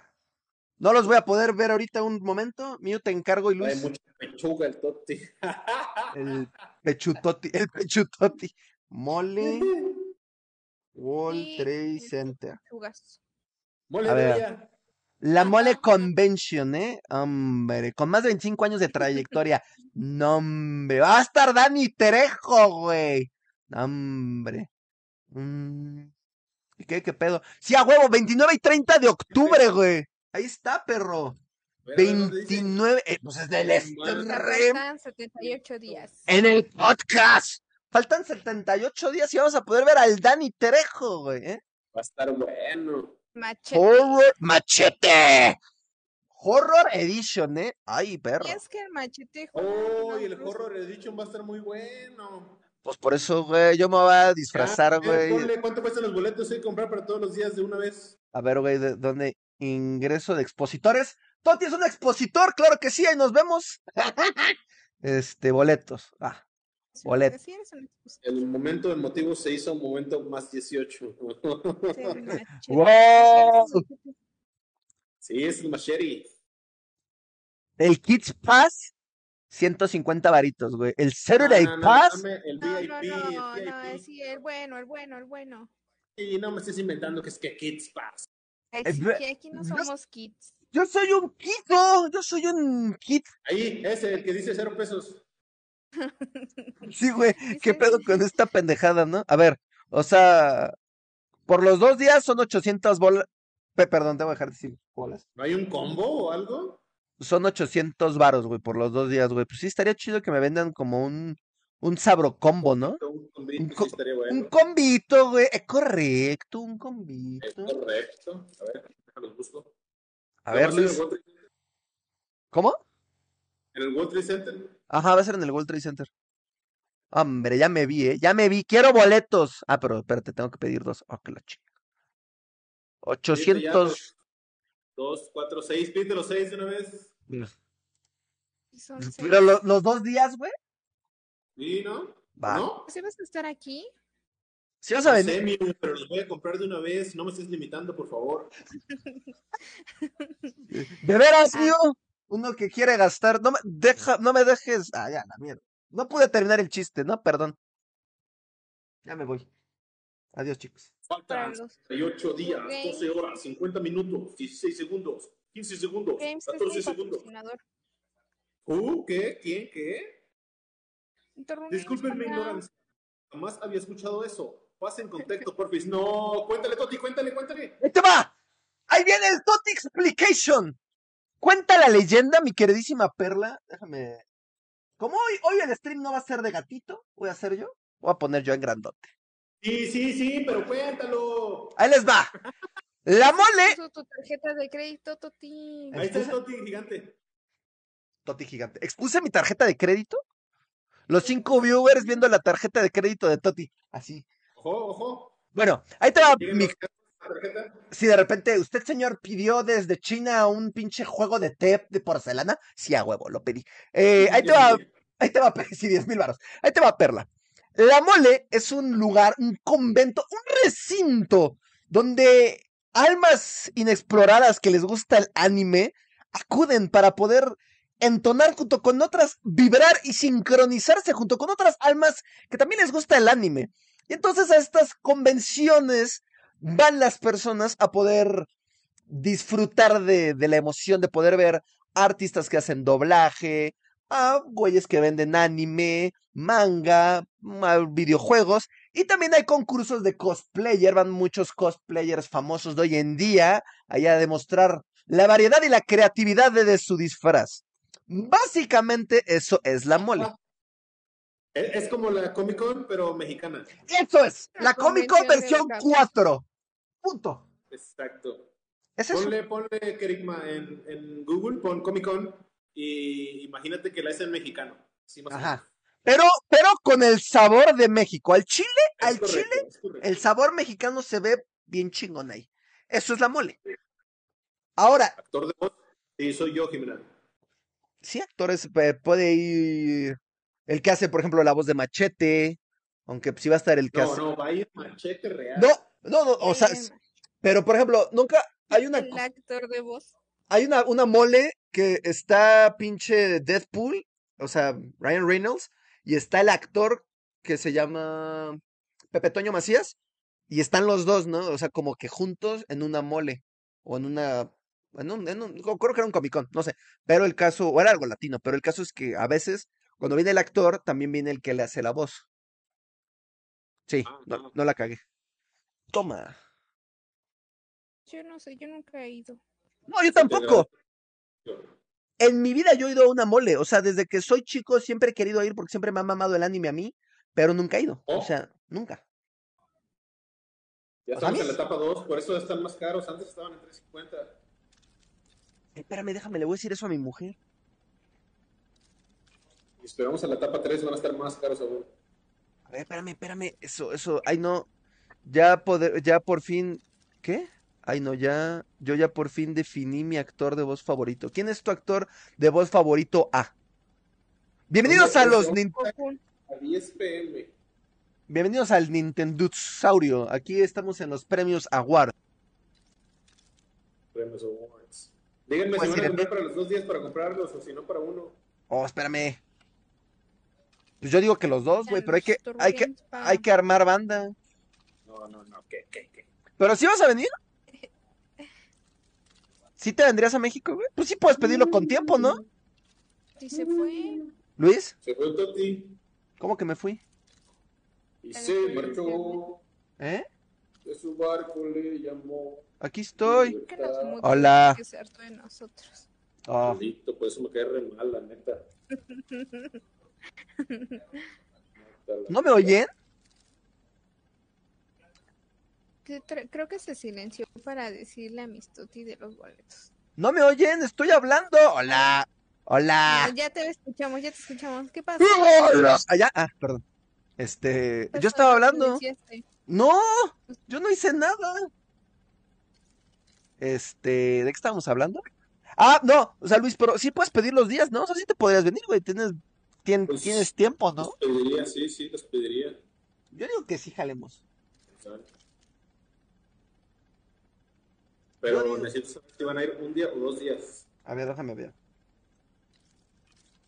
[SPEAKER 1] No los voy a poder ver ahorita un momento. Mío, te encargo y
[SPEAKER 3] Hay
[SPEAKER 1] Luis.
[SPEAKER 3] mucha pechuga el Toti.
[SPEAKER 1] El pechutoti, el pechutoti. Mole, Wall
[SPEAKER 2] Sí,
[SPEAKER 1] Trade
[SPEAKER 2] el
[SPEAKER 1] Center.
[SPEAKER 2] Chugas.
[SPEAKER 3] *laughs* Mole,
[SPEAKER 1] A ver.
[SPEAKER 3] Bella.
[SPEAKER 1] La Mole Convention, ¿eh? Hombre, con más de 25 años de trayectoria. No, hombre. Va a estar Dani Trejo, güey. No, hombre. Mm. ¿Y qué, qué pedo? Sí, a huevo, 29 y 30 de octubre, güey. Ahí está, perro.
[SPEAKER 3] Mira, mira dónde dice.
[SPEAKER 1] 29. eh, pues es del stream.
[SPEAKER 2] Faltan 78 días.
[SPEAKER 1] En el podcast. Faltan 78 días y vamos a poder ver al Dani Trejo, güey. ¿eh?
[SPEAKER 3] Va a estar bueno.
[SPEAKER 2] Machete.
[SPEAKER 1] Horror Machete. Horror Edition, ¿eh? Ay, perro.
[SPEAKER 2] Y es que el machete
[SPEAKER 3] Oh, y
[SPEAKER 2] juega
[SPEAKER 3] el
[SPEAKER 2] con
[SPEAKER 3] horror edition va a estar muy bueno.
[SPEAKER 1] Pues por eso, güey, yo me voy a
[SPEAKER 3] Ah,
[SPEAKER 1] disfrazar, güey.
[SPEAKER 3] ponle ¿Cuánto cuestan los boletos? Hay que comprar para todos los días de una vez.
[SPEAKER 1] A ver, güey, ¿de dónde ingreso de expositores? Toti es un expositor, claro que sí, ahí nos vemos. *laughs* Este, boletos. Ah,
[SPEAKER 2] Rusia.
[SPEAKER 1] boleto.
[SPEAKER 2] Sí, eres un
[SPEAKER 1] *laughs*
[SPEAKER 2] expositor,
[SPEAKER 3] El momento del motivo se hizo un momento más 18.
[SPEAKER 2] el machete.
[SPEAKER 1] ¡Wow!
[SPEAKER 3] sí, es el Macheri.
[SPEAKER 1] El Kids Pass, 150 varitos, güey. El Saturday
[SPEAKER 3] Ah, No, no, no,
[SPEAKER 1] Pass,
[SPEAKER 3] dame el
[SPEAKER 2] No,
[SPEAKER 3] VIP,
[SPEAKER 2] no,
[SPEAKER 3] el
[SPEAKER 2] no, no,
[SPEAKER 3] VIP.
[SPEAKER 2] es sí, el bueno, el bueno, el bueno.
[SPEAKER 3] Y no me estés inventando que es que Kids Pass.
[SPEAKER 2] Ay,
[SPEAKER 1] Eh,
[SPEAKER 2] sí,
[SPEAKER 1] ve-
[SPEAKER 2] que aquí no
[SPEAKER 1] Dios-
[SPEAKER 2] somos kids. *laughs*
[SPEAKER 1] yo soy un kiko, yo soy un kid.
[SPEAKER 3] Ahí, ese, el que dice cero pesos.
[SPEAKER 1] Sí, güey, qué
[SPEAKER 2] sí,
[SPEAKER 1] pedo
[SPEAKER 2] sí.
[SPEAKER 1] con esta pendejada, ¿no? A ver, o sea, por los dos días son 800 bolas. Perdón, te voy a dejar de decir bolas.
[SPEAKER 3] ¿No hay un combo o algo?
[SPEAKER 1] Son 800 varos, güey, por los dos días, güey. Pues sí, estaría chido que me vendan como un, un sabro combo, ¿no?
[SPEAKER 3] Un combito
[SPEAKER 1] Un
[SPEAKER 3] sí
[SPEAKER 1] co-
[SPEAKER 3] estaría
[SPEAKER 1] Un
[SPEAKER 3] bueno.
[SPEAKER 1] combito, güey. Es correcto, un
[SPEAKER 3] Es
[SPEAKER 1] combito.
[SPEAKER 3] correcto. A ver, los busco.
[SPEAKER 1] A ver,
[SPEAKER 3] Eh, Va ser en el
[SPEAKER 1] Luis.
[SPEAKER 3] World Trade-
[SPEAKER 1] ¿Cómo?
[SPEAKER 3] En el World Trade Center.
[SPEAKER 1] Ajá, va a ser en el World Trade Center. Hombre, ya me vi, ¿eh? Ya me vi. Quiero boletos. Ah, pero espérate, tengo que pedir dos. Oh, que la chica. 800.
[SPEAKER 3] 2, 4, 6. Pídete los 6 de una vez.
[SPEAKER 2] y son
[SPEAKER 1] Pero
[SPEAKER 2] seis.
[SPEAKER 1] lo- los dos días, güey.
[SPEAKER 3] ¿Sí, no?
[SPEAKER 1] Va.
[SPEAKER 3] ¿No?
[SPEAKER 2] Pues, ¿Sí vas a estar aquí?
[SPEAKER 1] Si vas a
[SPEAKER 3] No sé,
[SPEAKER 1] venir.
[SPEAKER 3] mi, pero los voy a comprar de una vez. No me estés limitando, por favor.
[SPEAKER 1] De veras,
[SPEAKER 2] Ah.
[SPEAKER 1] mío. Uno que quiere gastar. No me, deja, no me dejes. Ah, ya, la mierda. No pude terminar el chiste, ¿no? Perdón. Ya me voy. Adiós, chicos.
[SPEAKER 2] Para
[SPEAKER 3] Faltan
[SPEAKER 2] los
[SPEAKER 3] 38 días,
[SPEAKER 2] Ok.
[SPEAKER 3] 12 horas, 50 minutos, 16 segundos, 15 segundos,
[SPEAKER 2] games que es
[SPEAKER 3] 14
[SPEAKER 2] el
[SPEAKER 3] segundos.
[SPEAKER 2] patrocinador.
[SPEAKER 3] Uh, ¿Qué? ¿Quién? ¿Qué?
[SPEAKER 2] Interrumpimos
[SPEAKER 3] Disculpen mi
[SPEAKER 2] para-
[SPEAKER 3] ignorancia. Jamás había escuchado eso. Pasen contexto, porfis. No, cuéntale, Toti, cuéntale, cuéntale.
[SPEAKER 1] ¡Ahí te va! ¡Ahí viene el Toti Explication! Cuenta la leyenda, mi queridísima Perla. Déjame. Como hoy, hoy el stream no va a ser de gatito, voy a hacer yo. Voy a poner yo en grandote.
[SPEAKER 3] Sí, sí, sí, pero cuéntalo.
[SPEAKER 1] Ahí les va. La mole.
[SPEAKER 2] Uso tu tarjeta de crédito, Toti.
[SPEAKER 1] Ay.
[SPEAKER 3] Ahí está el
[SPEAKER 1] Entonces-
[SPEAKER 3] Toti gigante.
[SPEAKER 1] Toti gigante. Expuse mi tarjeta de crédito. Los cinco viewers viendo la tarjeta de crédito de Toti. Así.
[SPEAKER 3] Ojo, ojo.
[SPEAKER 1] Bueno, ahí te va
[SPEAKER 3] Lleguen
[SPEAKER 1] Ah, mi
[SPEAKER 3] los gastos de la tarjeta.
[SPEAKER 1] Si de repente usted, señor, pidió desde China un pinche juego de té de porcelana, sí, a huevo, lo pedí. Eh, ahí te va, ahí te va, *laughs* per- sí, 10 mil baros. Ahí te va, Perla. La Mole es un lugar, un convento, un recinto donde almas inexploradas que les gusta el anime acuden para poder entonar junto con otras, vibrar y sincronizarse junto con otras almas que también les gusta el anime. Y entonces a estas convenciones van las personas a poder disfrutar de, de la emoción de poder ver artistas que hacen doblaje, a güeyes que venden anime, manga, a videojuegos. Y también hay concursos de cosplayer, van muchos cosplayers famosos de hoy en día allá a demostrar la variedad y la creatividad de, de su disfraz. Básicamente eso es la mole.
[SPEAKER 3] Es, es como la Comic Con, pero mexicana.
[SPEAKER 1] Eso es, la
[SPEAKER 2] La
[SPEAKER 1] Comic Con
[SPEAKER 2] convención de
[SPEAKER 1] versión
[SPEAKER 2] doblaje.
[SPEAKER 1] 4. Punto.
[SPEAKER 3] Exacto.
[SPEAKER 1] Es eso.
[SPEAKER 3] Ponle, ponle Kerigma en, en Google, pon Comic Con y imagínate que la es en mexicano. Sí, más o
[SPEAKER 1] Ajá.
[SPEAKER 3] menos.
[SPEAKER 1] Pero, pero con el sabor de México. Al chile,
[SPEAKER 3] Es
[SPEAKER 1] al
[SPEAKER 3] correcto,
[SPEAKER 1] chile,
[SPEAKER 3] es correcto.
[SPEAKER 1] el sabor mexicano se ve bien chingón ahí. Eso es la mole. Ahora,
[SPEAKER 3] Actor de voz. Sí, soy yo, Jimena.
[SPEAKER 1] sí, actores eh, puede ir. El que hace, por ejemplo, la voz de Machete. Aunque pues, sí va a estar el que
[SPEAKER 3] No,
[SPEAKER 1] hace.
[SPEAKER 3] no, eh, va a ir machete real.
[SPEAKER 1] No, no, no, o sea, s- pero por ejemplo, nunca hay una,
[SPEAKER 2] El actor de voz.
[SPEAKER 1] hay una, una mole que está pinche Deadpool, o sea, Ryan Reynolds, y está el actor que se llama Pepe Toño Macías, y están los dos, ¿no? O sea, como que juntos en una mole, o en una, en un, en un- co- creo que era un Comic Con, no sé, pero el caso, o era algo latino, pero el caso es que a veces, cuando viene el actor, también viene el que le hace la voz. Sí,
[SPEAKER 3] Ah,
[SPEAKER 1] no,
[SPEAKER 3] no.
[SPEAKER 1] no la cagué. Toma.
[SPEAKER 2] Yo no sé, yo nunca he ido.
[SPEAKER 1] No, yo tampoco.
[SPEAKER 3] Yo-
[SPEAKER 1] En mi vida yo he ido a una mole. O sea, desde que soy chico siempre he querido ir porque siempre me ha mamado el anime a mí, pero nunca he ido. O
[SPEAKER 3] Oh.
[SPEAKER 1] sea, nunca.
[SPEAKER 3] Ya
[SPEAKER 1] O sea, a
[SPEAKER 3] estamos
[SPEAKER 1] mí-
[SPEAKER 3] en la etapa 2, por eso están más caros. Antes estaban en 350.
[SPEAKER 1] Espérame, déjame, le voy a decir eso a mi mujer.
[SPEAKER 3] Y esperamos a la etapa 3, van a estar más caros aún.
[SPEAKER 1] A ver, espérame, espérame. Eso, eso. Ay, no. Ya poder, ya por fin. ¿Qué? Ay, no, ya. Yo ya por fin definí mi actor de voz favorito. ¿Quién es tu actor de voz favorito A? Bienvenidos a
[SPEAKER 3] Hombre,
[SPEAKER 1] los
[SPEAKER 3] yo-
[SPEAKER 1] nin-
[SPEAKER 2] Cocoon.
[SPEAKER 3] A 10 pm.
[SPEAKER 1] bienvenidos al Nintendusaurio. Aquí estamos en los premios Aguar.
[SPEAKER 3] Premios Awards. Díganme
[SPEAKER 1] Pues,
[SPEAKER 3] si van
[SPEAKER 1] sí,
[SPEAKER 3] a comprar para los dos días para comprarlos o si no para uno.
[SPEAKER 1] Oh, espérame. Pues yo digo que los dos, güey,
[SPEAKER 2] Ya
[SPEAKER 1] pero hay
[SPEAKER 2] nos
[SPEAKER 1] que, hay que,
[SPEAKER 2] turbamos pa-
[SPEAKER 1] hay que armar banda.
[SPEAKER 3] No, no, no. ¿Qué, qué, qué?
[SPEAKER 1] Pero si vas a
[SPEAKER 2] *laughs*
[SPEAKER 1] venir. ¿Sí te vendrías a México, güey? Pues sí puedes pedirlo con tiempo, ¿no?
[SPEAKER 2] Mm. Si se fue,
[SPEAKER 1] Luis,
[SPEAKER 3] Se fue el Toti
[SPEAKER 1] ¿cómo que me fui?
[SPEAKER 3] y
[SPEAKER 2] Tal
[SPEAKER 3] se
[SPEAKER 2] vez
[SPEAKER 3] marchó.
[SPEAKER 1] ¿Eh?
[SPEAKER 3] De su barco le llamó.
[SPEAKER 1] Aquí estoy.
[SPEAKER 2] que nos mudó,
[SPEAKER 1] Hola.
[SPEAKER 2] que se hartó de nosotros.
[SPEAKER 1] Oh,
[SPEAKER 3] Maldito, por eso me cae re mal, la neta. Neta, la-
[SPEAKER 1] ¿No me oyen?
[SPEAKER 2] Que tra- Creo que se silenció para decirle a mis toti de los boletos.
[SPEAKER 1] ¿No me oyen? Estoy hablando. Hola. Hola.
[SPEAKER 2] No, ya te escuchamos, ya Pues te escuchamos. ¿Qué pasó?
[SPEAKER 1] Allá. Ah, perdón. Este, yo estaba hablando.
[SPEAKER 2] Silenciaste.
[SPEAKER 1] No, yo no hice nada. Este, ¿de qué estábamos hablando? Ah, no, o sea, Luis, pero sí puedes pedir los días, ¿no? O sea, sí te podrías venir, güey. Tienes, tien-
[SPEAKER 3] Pues-
[SPEAKER 1] tienes tiempo, ¿no?
[SPEAKER 3] Los pediría, sí, sí, los pediría.
[SPEAKER 1] Yo digo que sí jalemos.
[SPEAKER 3] Pero
[SPEAKER 1] Yo digo-
[SPEAKER 3] necesito saber si van a ir un día o dos días.
[SPEAKER 1] A ver, déjame ver.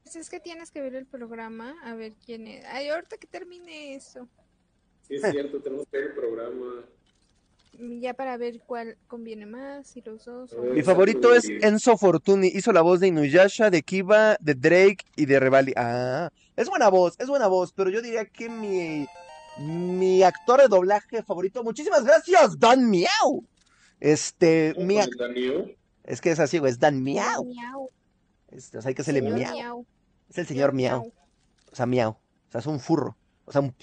[SPEAKER 2] Pues es que tienes que ver el programa, a ver quién es. Ay, ahorita que termine eso.
[SPEAKER 3] Sí,
[SPEAKER 1] Eh.
[SPEAKER 3] es cierto, tenemos que ver el programa.
[SPEAKER 2] Ya para ver cuál conviene más, si los dos.
[SPEAKER 3] A
[SPEAKER 2] o-
[SPEAKER 3] ver.
[SPEAKER 1] Mi favorito es
[SPEAKER 3] Sí.
[SPEAKER 1] Enzo Fortuny. Hizo la voz de Inuyasha, de Kiba, de Drake y de Revali. Ah, es buena voz, es buena voz, pero yo diría que mi, mi actor de doblaje favorito. Muchísimas gracias, Dan Miau. Este, mi ac-
[SPEAKER 3] Con el Daniel.
[SPEAKER 1] es que es así, güey, es Dan Miau.
[SPEAKER 2] Miau.
[SPEAKER 1] Este, o sea, hay que hacerle
[SPEAKER 2] Señor
[SPEAKER 1] miau. Es el señor miau. O sea, miau. O sea, es un furro. O sea, un...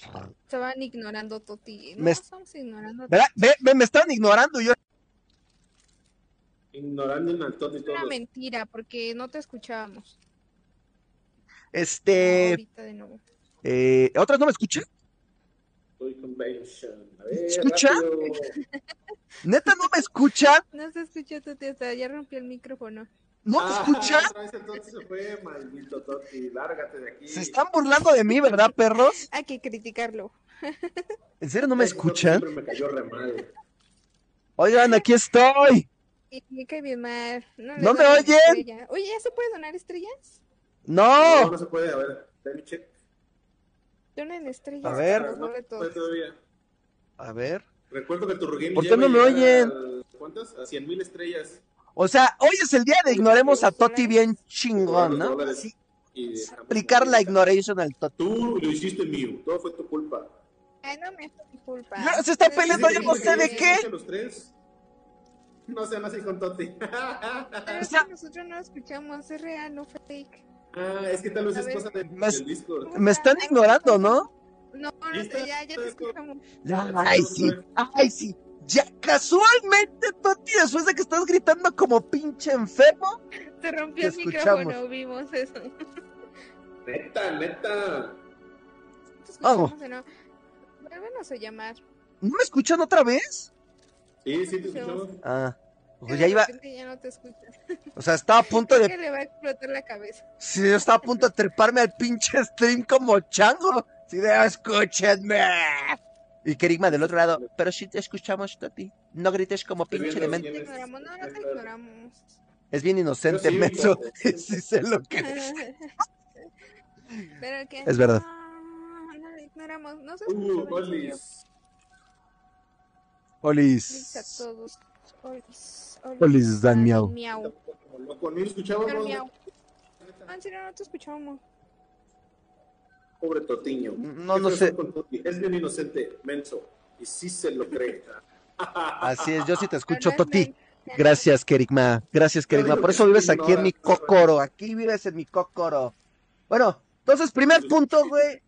[SPEAKER 2] Estaban ignorando a Toti. No,
[SPEAKER 1] Me-
[SPEAKER 2] estamos ignorando a
[SPEAKER 1] ¿Verdad? Ve- ve, me estaban ignorando yo.
[SPEAKER 3] Ignorando en Antón y
[SPEAKER 2] Es una
[SPEAKER 3] todo.
[SPEAKER 2] mentira, porque no te escuchábamos.
[SPEAKER 1] Este,
[SPEAKER 2] Ahorita de nuevo.
[SPEAKER 1] eh, ¿otras no me escuchan?
[SPEAKER 3] Estoy convention. A ver,
[SPEAKER 1] ¿Escucha?
[SPEAKER 3] rápido.
[SPEAKER 1] ¿Neta no me escuchan?
[SPEAKER 2] No se escuchó Toti, hasta ya rompió el micrófono.
[SPEAKER 1] ¿No me
[SPEAKER 3] Ah,
[SPEAKER 1] escuchan?
[SPEAKER 3] otra vez el Toti se fue, maldito Toti. Lárgate de aquí.
[SPEAKER 1] Se están burlando de mí, ¿verdad, perros?
[SPEAKER 2] Hay que criticarlo.
[SPEAKER 1] ¿En serio no me
[SPEAKER 3] Ese Toti
[SPEAKER 1] escuchan?
[SPEAKER 3] Este Siempre me cayó re mal.
[SPEAKER 1] Oigan, aquí estoy.
[SPEAKER 2] Y me cae bien mal. No, le
[SPEAKER 1] ¿No me
[SPEAKER 2] donen
[SPEAKER 1] oyen?
[SPEAKER 2] estrella. Oye, ¿ya se puede donar estrellas?
[SPEAKER 3] No,
[SPEAKER 1] No.
[SPEAKER 3] no se puede. A ver, dame check.
[SPEAKER 2] Donen estrellas.
[SPEAKER 1] A
[SPEAKER 2] con
[SPEAKER 1] ver.
[SPEAKER 2] los
[SPEAKER 3] No se
[SPEAKER 2] boletos.
[SPEAKER 3] puede todavía.
[SPEAKER 1] A ver.
[SPEAKER 3] Recuerdo que tu Rugame
[SPEAKER 1] ¿Por qué
[SPEAKER 3] ya va
[SPEAKER 1] no
[SPEAKER 3] a
[SPEAKER 1] me
[SPEAKER 3] llegar a- ¿Cuántas? A 100 mil estrellas.
[SPEAKER 1] O sea, hoy es el día de ignoremos a Toti bien chingón, ¿no? Sí,
[SPEAKER 3] Y
[SPEAKER 1] es
[SPEAKER 3] dejamos
[SPEAKER 1] aplicar la
[SPEAKER 3] bonita.
[SPEAKER 1] ignoration al Toti.
[SPEAKER 3] Tú lo hiciste mío. Todo fue tu culpa.
[SPEAKER 2] Ay, no me fue mi culpa.
[SPEAKER 1] Ya, se está
[SPEAKER 2] Ustedes
[SPEAKER 1] peleando,
[SPEAKER 2] dicen
[SPEAKER 1] yo no
[SPEAKER 2] que
[SPEAKER 1] sé de
[SPEAKER 2] sí.
[SPEAKER 1] qué.
[SPEAKER 3] Los tres. No sean así con *laughs* Toti.
[SPEAKER 2] Pero
[SPEAKER 1] O
[SPEAKER 2] es
[SPEAKER 1] sea-
[SPEAKER 2] que nosotros no lo escuchamos, es real, no fake.
[SPEAKER 3] Ah, es que tal vez
[SPEAKER 2] A
[SPEAKER 3] es
[SPEAKER 2] ver.
[SPEAKER 3] cosa de,
[SPEAKER 1] Más-
[SPEAKER 3] del Discord.
[SPEAKER 1] Me están ignorando, ¿no?
[SPEAKER 2] No, no,
[SPEAKER 3] Ya está.
[SPEAKER 2] ya, ya te escuchamos.
[SPEAKER 1] Ay, sí. Ay, sí. Ya casualmente, Toti, después de que estás gritando como pinche enfermo.
[SPEAKER 2] Te rompió
[SPEAKER 1] Te
[SPEAKER 2] el *laughs*
[SPEAKER 1] escuchamos.
[SPEAKER 2] micrófono, vimos eso.
[SPEAKER 3] Neta, neta.
[SPEAKER 2] te
[SPEAKER 1] Vamos. Pues
[SPEAKER 2] escuchamos de nuevo. Vuélvenos a llamar.
[SPEAKER 1] ¿No me escuchan otra vez?
[SPEAKER 3] Sí, sí, te escuchamos.
[SPEAKER 1] Ah, o sea,
[SPEAKER 2] Que
[SPEAKER 1] ya
[SPEAKER 2] de
[SPEAKER 1] iba,
[SPEAKER 2] repente ya no te escuchas.
[SPEAKER 1] o sea, estaba a punto
[SPEAKER 2] Creo
[SPEAKER 1] de,
[SPEAKER 2] que le va a explotar la cabeza.
[SPEAKER 1] sí, yo estaba a punto de treparme al pinche stream como chango. Sí, de, escúchenme. Y Kerigma del otro lado, pero si te escuchamos, Tati, no grites como
[SPEAKER 3] Estoy
[SPEAKER 1] pinche
[SPEAKER 3] viendo
[SPEAKER 1] demente.
[SPEAKER 2] Te
[SPEAKER 3] quién es-
[SPEAKER 2] ignoramos. No, no te
[SPEAKER 3] es la-
[SPEAKER 2] ignoramos. *laughs*
[SPEAKER 1] Es bien inocente,
[SPEAKER 3] Yo sí,
[SPEAKER 1] menso.
[SPEAKER 3] cuando-
[SPEAKER 1] *laughs* sí sé lo que...
[SPEAKER 2] Pero que.
[SPEAKER 1] Es verdad.
[SPEAKER 2] No, no le ignoramos. No se
[SPEAKER 3] Uh,
[SPEAKER 2] escuchó bien.
[SPEAKER 3] Olis.
[SPEAKER 1] Olis.
[SPEAKER 2] Olis a todos. Olis.
[SPEAKER 1] Olis, dan
[SPEAKER 2] dan
[SPEAKER 1] miau.
[SPEAKER 2] Miau.
[SPEAKER 3] Como loco, a mí lo escuchábamos.
[SPEAKER 2] Pero miau. No, en serio, no te escuchamos.
[SPEAKER 3] Pobre Totiño.
[SPEAKER 1] No,
[SPEAKER 3] ¿Qué
[SPEAKER 1] no
[SPEAKER 3] pasó
[SPEAKER 1] sé.
[SPEAKER 3] con Toti? Es bien inocente, menso. Y sí se lo cree.
[SPEAKER 1] *laughs*
[SPEAKER 3] *laughs*
[SPEAKER 1] Así es, yo sí te
[SPEAKER 2] Pero
[SPEAKER 1] escucho,
[SPEAKER 2] no es
[SPEAKER 1] Toti.
[SPEAKER 2] men- ya no.
[SPEAKER 1] Gracias, Kerigma. Gracias, Kerigma.
[SPEAKER 3] digo
[SPEAKER 1] Por
[SPEAKER 3] que
[SPEAKER 1] eso
[SPEAKER 3] sí,
[SPEAKER 1] vives
[SPEAKER 3] no,
[SPEAKER 1] aquí en mi
[SPEAKER 3] no, no.
[SPEAKER 1] cócoro. Aquí vives en mi cócoro. Bueno, entonces, primer punto, güey.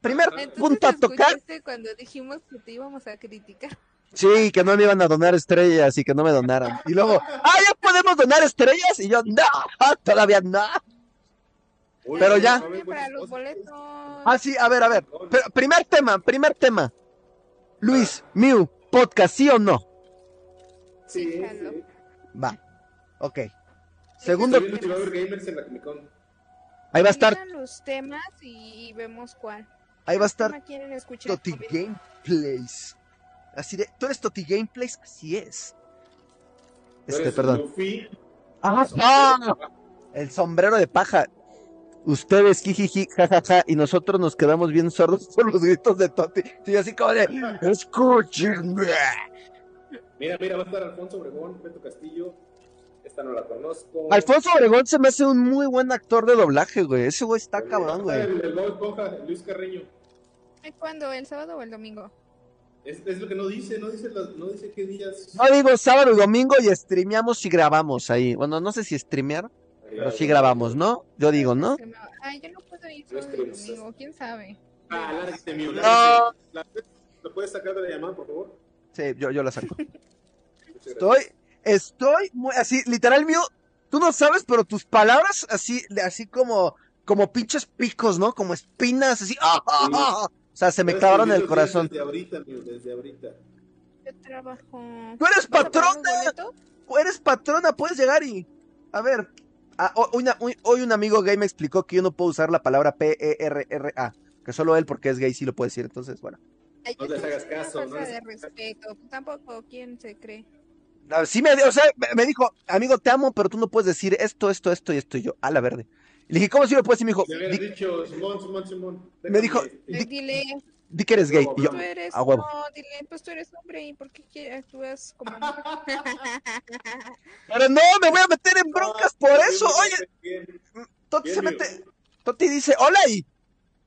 [SPEAKER 1] Primer
[SPEAKER 2] Entonces,
[SPEAKER 1] punto a tocar.
[SPEAKER 2] escuchaste cuando dijimos que te íbamos a criticar.
[SPEAKER 1] Sí, que no me iban a donar estrellas y que no me donaran. Y luego, ¡ah, ya podemos donar estrellas! Y yo, ¡no! Todavía no.
[SPEAKER 3] Oye, pues,
[SPEAKER 1] Pero ya.
[SPEAKER 3] ¿saben
[SPEAKER 2] Para
[SPEAKER 3] buenas
[SPEAKER 2] los
[SPEAKER 3] cosas?
[SPEAKER 2] boletos.
[SPEAKER 1] Ah, sí, a ver, a ver. Pero, primer tema, primer tema. Luis, Miu, podcast, ¿sí o no?
[SPEAKER 3] Sí, sí.
[SPEAKER 2] Déjalo.
[SPEAKER 1] Va. Ok. Segundo,
[SPEAKER 3] Estoy viendo Survivor Gamers en la Comic Con.
[SPEAKER 1] ahí va a estar,
[SPEAKER 2] Digan los temas y, y vemos cuál.
[SPEAKER 1] ahí va a estar
[SPEAKER 2] ¿Qué quieren escuchar?
[SPEAKER 1] Toti Gameplays. Así de, ¿tú eres Toti Gameplays? Así es. Este,
[SPEAKER 3] Eres
[SPEAKER 1] perdón.
[SPEAKER 3] Luffy.
[SPEAKER 1] ¡Ajá! El sombrero de paja. Ustedes, jijiji, jajaja, y nosotros nos quedamos bien sordos por los gritos de Toti. Sí, así como de, escúchenme.
[SPEAKER 3] Mira, mira, va a estar Alfonso Obregón, Beto Castillo. Esta no la conozco.
[SPEAKER 1] Alfonso Obregón se me hace un muy buen actor de doblaje, güey. Ese güey está
[SPEAKER 3] El-
[SPEAKER 1] cabrón, güey.
[SPEAKER 3] El, el Bob Esponja, Luis Carreño.
[SPEAKER 2] ¿Cuándo? ¿El sábado o el domingo?
[SPEAKER 3] Es, es lo que no dice, no dice, las- no dice qué días.
[SPEAKER 1] No digo sábado y domingo y streameamos y grabamos ahí. Bueno, no sé si streamear, pero sí grabamos, ¿no? Yo digo, ¿no?
[SPEAKER 2] Se me va- Ay, yo no puedo ir
[SPEAKER 3] Los
[SPEAKER 2] sábado y
[SPEAKER 3] tres.
[SPEAKER 2] domingo, quién sabe.
[SPEAKER 3] Ah, lárgate, mío.
[SPEAKER 1] No.
[SPEAKER 3] ¿Lo puedes sacar de la llamada, por favor?
[SPEAKER 1] Sí, yo, yo la saco.
[SPEAKER 3] Muchas gracias.
[SPEAKER 1] Estoy, estoy muy, así, literal mío, tú no sabes, pero tus palabras así, de- así como, como pinches picos, ¿no? Como espinas, así. ¡ah, ah, ah, ah! O sea, se me
[SPEAKER 3] Estoy
[SPEAKER 1] clavaron en el
[SPEAKER 3] escribiendo
[SPEAKER 1] corazón.
[SPEAKER 3] Desde ahorita, mío, desde ahorita.
[SPEAKER 2] Yo trabajo.
[SPEAKER 1] ¡Tú eres
[SPEAKER 2] ¿Vas a pagar los
[SPEAKER 1] patrona!
[SPEAKER 2] boletos?
[SPEAKER 1] Eres patrona, puedes llegar y... A ver, ah, ho- una- hoy- hoy un amigo gay me explicó que yo no puedo usar la palabra E P-E-R-R-A. Que solo él, porque es gay, sí lo puede decir. Entonces, bueno.
[SPEAKER 2] Ay,
[SPEAKER 3] No
[SPEAKER 2] yo
[SPEAKER 3] les
[SPEAKER 2] creo que
[SPEAKER 3] hagas
[SPEAKER 2] es una
[SPEAKER 3] caso, no
[SPEAKER 2] falta
[SPEAKER 3] les
[SPEAKER 2] de
[SPEAKER 3] hagas caso.
[SPEAKER 2] respeto. Tampoco, ¿quién se
[SPEAKER 3] *laughs*
[SPEAKER 2] cree?
[SPEAKER 1] Ah, Sí me, o sea, me- me dijo, amigo, te amo, pero tú no puedes decir esto, esto, esto y esto. Y yo, a la verde. Y le dije, ¿cómo si lo puedes decir? Me dijo,
[SPEAKER 3] Le habías
[SPEAKER 1] Oh, "Di-
[SPEAKER 3] dicho, Simón, Simón, Simón. este.
[SPEAKER 1] Me dijo-
[SPEAKER 2] Le Pues dile,
[SPEAKER 1] di que eres gay. Y yo,
[SPEAKER 2] tú eres.
[SPEAKER 1] a huevo.
[SPEAKER 2] No, dile, pues tú eres hombre y ¿por qué quie- actúas como
[SPEAKER 3] *laughs*
[SPEAKER 2] mujer?
[SPEAKER 1] Pero no, me voy a meter en broncas por eso. Oye,
[SPEAKER 3] Ah, Bien,
[SPEAKER 1] Toti se
[SPEAKER 3] bien,
[SPEAKER 1] mete.
[SPEAKER 3] mío.
[SPEAKER 1] Toti dice, hola y.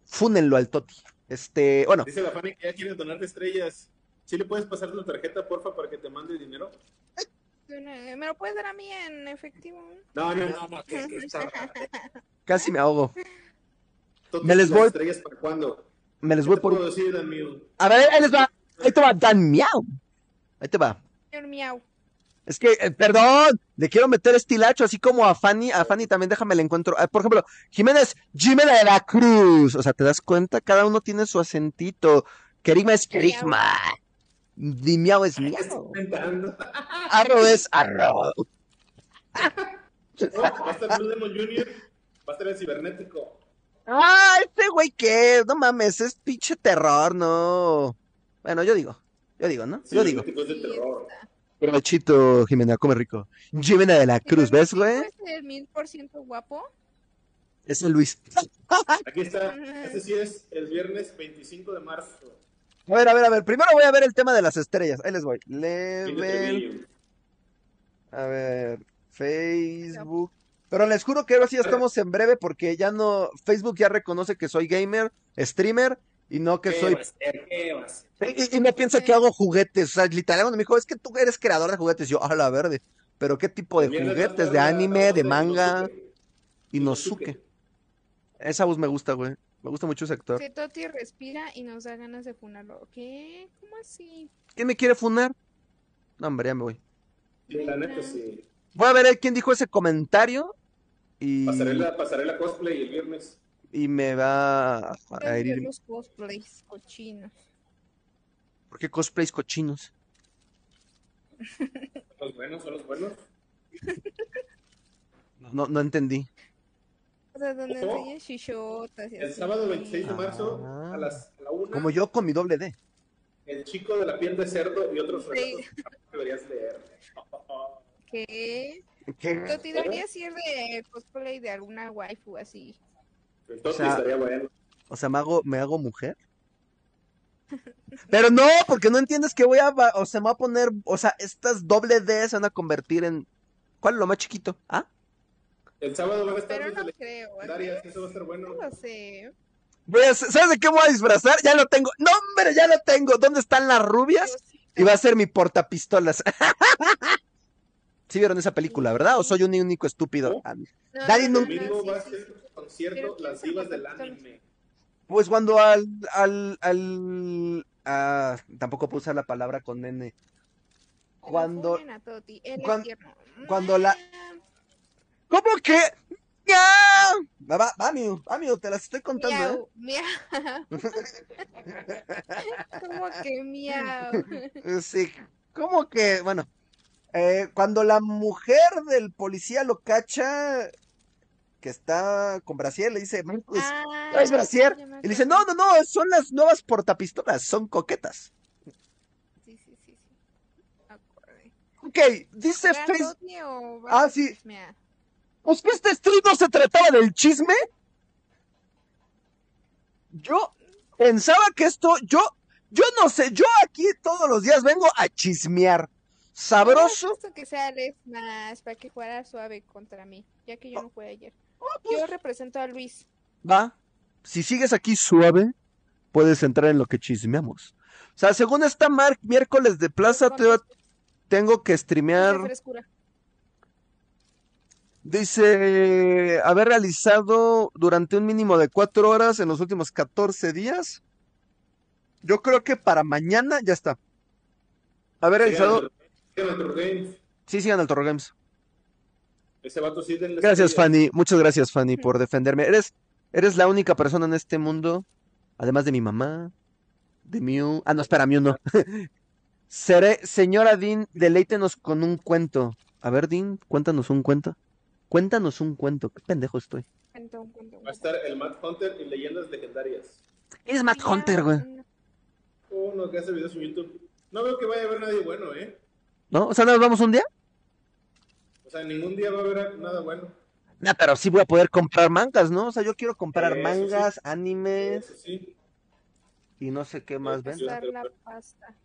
[SPEAKER 1] Fúnenlo al Toti. Este, bueno,
[SPEAKER 3] Dice la Fanny que ya quieres donarte estrellas. ¿Sí le puedes pasar tu tarjeta, porfa, para que te mande dinero?
[SPEAKER 2] Una- Eh, ¿Me lo puedes dar a mí en efectivo?
[SPEAKER 3] No, no, no, no. que- que está-
[SPEAKER 1] casi me ahogo.
[SPEAKER 3] Totis,
[SPEAKER 1] *laughs* Me les
[SPEAKER 3] las
[SPEAKER 1] voy-
[SPEAKER 3] estrellas para cuándo?
[SPEAKER 1] Me les
[SPEAKER 3] ¿Qué
[SPEAKER 1] voy
[SPEAKER 3] te
[SPEAKER 1] por.
[SPEAKER 3] puedo decir, amigo?
[SPEAKER 1] A ver, ahí les va. Ahí te va, Dan Miau. Ahí te va.
[SPEAKER 2] Señor Miau.
[SPEAKER 1] Es que, eh, perdón, le quiero meter este hilacho, así como a Fanny, a Fanny también déjame le encuentro. Ah, por ejemplo, Jiménez, Jimena de la Cruz. O sea, ¿te das cuenta? Cada uno tiene su acentito. Kerigma es Kerigma. Dimiao es Miao. *laughs*
[SPEAKER 3] Intentando.
[SPEAKER 1] Arro es Arro.
[SPEAKER 3] No, va a estar Blue Demon Jr., va a estar el cibernético.
[SPEAKER 1] Ah, este güey que, no mames, es pinche terror, no. Bueno, yo digo, yo digo, ¿no? Yo digo.
[SPEAKER 3] Cibernético es de terror.
[SPEAKER 1] Provechito, Jimena, come rico. Jimena de la Cruz, ¿ves, güey?
[SPEAKER 2] ¿Es el mil por ciento guapo?
[SPEAKER 1] Es el Luis.
[SPEAKER 3] Aquí está. Este sí es el viernes 25 de marzo.
[SPEAKER 1] A ver, a ver, a ver. Primero voy a ver el tema de las estrellas. Ahí les voy.
[SPEAKER 3] Viene
[SPEAKER 1] Level.
[SPEAKER 3] Treviño.
[SPEAKER 1] A ver. Facebook. Pero les juro que ahora sí ya estamos en breve porque ya no. Facebook ya reconoce que soy gamer, streamer y no que
[SPEAKER 3] ¿Qué
[SPEAKER 1] soy
[SPEAKER 3] va a ser? ¿Qué va a ser?
[SPEAKER 1] Y, y- y no piensa que hago juguetes. O sea, literal, cuando me dijo, es que tú eres creador de juguetes. Yo, a la verde. Pero qué tipo de
[SPEAKER 3] También les va a
[SPEAKER 1] juguetes,
[SPEAKER 3] estar
[SPEAKER 1] de
[SPEAKER 3] la-
[SPEAKER 1] anime,
[SPEAKER 3] la-
[SPEAKER 1] de manga.
[SPEAKER 3] Inosuke.
[SPEAKER 1] Inosuke. Esa voz me gusta, güey. Me gusta mucho ese actor.
[SPEAKER 2] Que Toti respira y nos da ganas de funarlo. ¿Qué? ¿Cómo así?
[SPEAKER 1] ¿Quién me quiere funar? No, hombre, ya me voy.
[SPEAKER 3] Sí, la neta sí.
[SPEAKER 1] Voy a ver eh, quién dijo ese comentario. Y.
[SPEAKER 3] Pasaré la, pasaré la cosplay el viernes.
[SPEAKER 1] y me va a- a
[SPEAKER 2] Yo
[SPEAKER 1] herir.
[SPEAKER 2] los cosplays cochinos.
[SPEAKER 1] ¿Por qué cosplays cochinos?
[SPEAKER 3] Los buenos son los buenos.
[SPEAKER 1] No, no entendí.
[SPEAKER 2] O sea, donde
[SPEAKER 3] Ojo.
[SPEAKER 2] enseñan chichotas y
[SPEAKER 3] El
[SPEAKER 2] así.
[SPEAKER 3] sábado 26 de
[SPEAKER 1] Ah.
[SPEAKER 3] marzo a las a la una,
[SPEAKER 1] Como yo con mi doble D.
[SPEAKER 3] el chico de la piel de cerdo y otros
[SPEAKER 2] Sí.
[SPEAKER 3] relatos que jamás deberías leer.
[SPEAKER 1] *laughs*
[SPEAKER 2] ¿Qué?
[SPEAKER 3] ¿Eh?
[SPEAKER 1] ¿Qué?
[SPEAKER 2] Toti, deberías ir de cosplay de alguna waifu así.
[SPEAKER 3] El Toti
[SPEAKER 1] O sea,
[SPEAKER 3] estaría bueno.
[SPEAKER 1] O sea, me hago, me hago mujer. Pero no, porque no entiendes que voy a, va- o sea, me va a poner, o sea, estas doble D se van a convertir en, ¿cuál es lo más chiquito? ¿Ah?
[SPEAKER 3] El sábado van a estar
[SPEAKER 2] Pero
[SPEAKER 3] los
[SPEAKER 2] no
[SPEAKER 3] de
[SPEAKER 2] creo.
[SPEAKER 3] legendarias, eso va a estar bueno.
[SPEAKER 2] No lo sé.
[SPEAKER 1] Voy a- ¿Sabes de qué voy a disfrazar? Ya lo tengo. No, hombre, ya lo tengo. ¿Dónde están las rubias? Y va a ser mi portapistolas. *laughs* ¿Sí vieron esa película, verdad? ¿O soy un único estúpido? Ah,
[SPEAKER 2] No,
[SPEAKER 1] Daddy
[SPEAKER 2] no,
[SPEAKER 1] no-
[SPEAKER 3] El
[SPEAKER 2] no,
[SPEAKER 3] domingo
[SPEAKER 2] sí,
[SPEAKER 3] va a
[SPEAKER 2] sí,
[SPEAKER 3] ser
[SPEAKER 2] sí.
[SPEAKER 3] un concierto
[SPEAKER 2] Pero
[SPEAKER 3] Las
[SPEAKER 2] piensa
[SPEAKER 3] Divas
[SPEAKER 2] que
[SPEAKER 3] del
[SPEAKER 2] son-
[SPEAKER 3] Anime.
[SPEAKER 1] Pues cuando al, al, al, ah, tampoco puedo usar la palabra con N. Cuando,
[SPEAKER 2] Funen a Toti, él es
[SPEAKER 1] cuan-
[SPEAKER 2] tierno.
[SPEAKER 1] cuando la-
[SPEAKER 2] Ah,
[SPEAKER 1] ¿Cómo que? ¡Ah! Va, va, va, Miu, va, Miu, te las estoy contando, ¿eh?
[SPEAKER 2] Miau, miau. *laughs* ¿Cómo que miau?
[SPEAKER 1] *laughs* Eh, Sí, ¿cómo que? Bueno, eh, cuando la mujer del policía lo cacha, que está con Brasier, le dice, "Man, pues,
[SPEAKER 2] Ah,
[SPEAKER 1] ¿traes brasier?"
[SPEAKER 2] ya me
[SPEAKER 1] y le dice, no,
[SPEAKER 2] acordé.
[SPEAKER 1] no, no, son las nuevas portapistolas, son coquetas.
[SPEAKER 2] Sí, sí, sí, sí. Me acordé.
[SPEAKER 1] Ok, dice
[SPEAKER 2] ¿Era
[SPEAKER 1] Facebook,
[SPEAKER 2] Toti o vas
[SPEAKER 1] Ah,
[SPEAKER 2] a
[SPEAKER 1] sí.
[SPEAKER 2] chismear?
[SPEAKER 1] pues que este stream no se trataba del chisme. Yo pensaba que esto, yo, yo no sé, yo aquí todos los días vengo a chismear. Sabroso.
[SPEAKER 2] Esto que sea Alex más para que jugara suave contra mí, ya que yo no jugué ayer.
[SPEAKER 1] pues.
[SPEAKER 2] Yo represento a Luis.
[SPEAKER 1] Va. Si sigues aquí suave, puedes entrar en lo que chismeamos. O sea, según esta mar miércoles de plaza, te- tengo que
[SPEAKER 2] Qué
[SPEAKER 1] streamear.
[SPEAKER 2] frescura.
[SPEAKER 1] Dice haber realizado durante un mínimo de cuatro horas en los últimos 14 días. Yo creo que para mañana ya está. Haber realizado.
[SPEAKER 3] Sigan a Tour Games.
[SPEAKER 1] Sí, sigan al Torro Games.
[SPEAKER 3] Ese vato sí denle
[SPEAKER 1] Gracias,
[SPEAKER 3] estrellas.
[SPEAKER 1] Fanny. Muchas gracias, Fanny, por defenderme. Eres, eres la única persona en este mundo, además de mi mamá, de Mew. Ah, no, espera, Mew no. *laughs* Seré, señora Dean, deleítenos con un cuento. A ver, Dean, cuéntanos un cuento. Cuéntanos un cuento. Qué pendejo estoy.
[SPEAKER 2] Cuento, un cuento, un
[SPEAKER 3] Va a
[SPEAKER 2] cuento.
[SPEAKER 3] estar el Matt Hunter y Leyendas Legendarias.
[SPEAKER 1] Es Matt
[SPEAKER 2] Miau,
[SPEAKER 1] Hunter, güey.
[SPEAKER 2] no.
[SPEAKER 3] Uno que hace videos en YouTube. No veo que vaya a haber nadie bueno, ¿eh?
[SPEAKER 1] ¿No? O sea, ¿nos vamos un día?
[SPEAKER 3] O sea, ningún día va a haber nada bueno.
[SPEAKER 1] No, pero sí voy a poder comprar mangas, ¿no? O sea, yo quiero comprar
[SPEAKER 3] Eso sí.
[SPEAKER 1] mangas, animes
[SPEAKER 3] Eso sí.
[SPEAKER 1] y no sé qué más
[SPEAKER 3] Eso
[SPEAKER 1] venden.
[SPEAKER 2] Pasar la pasta.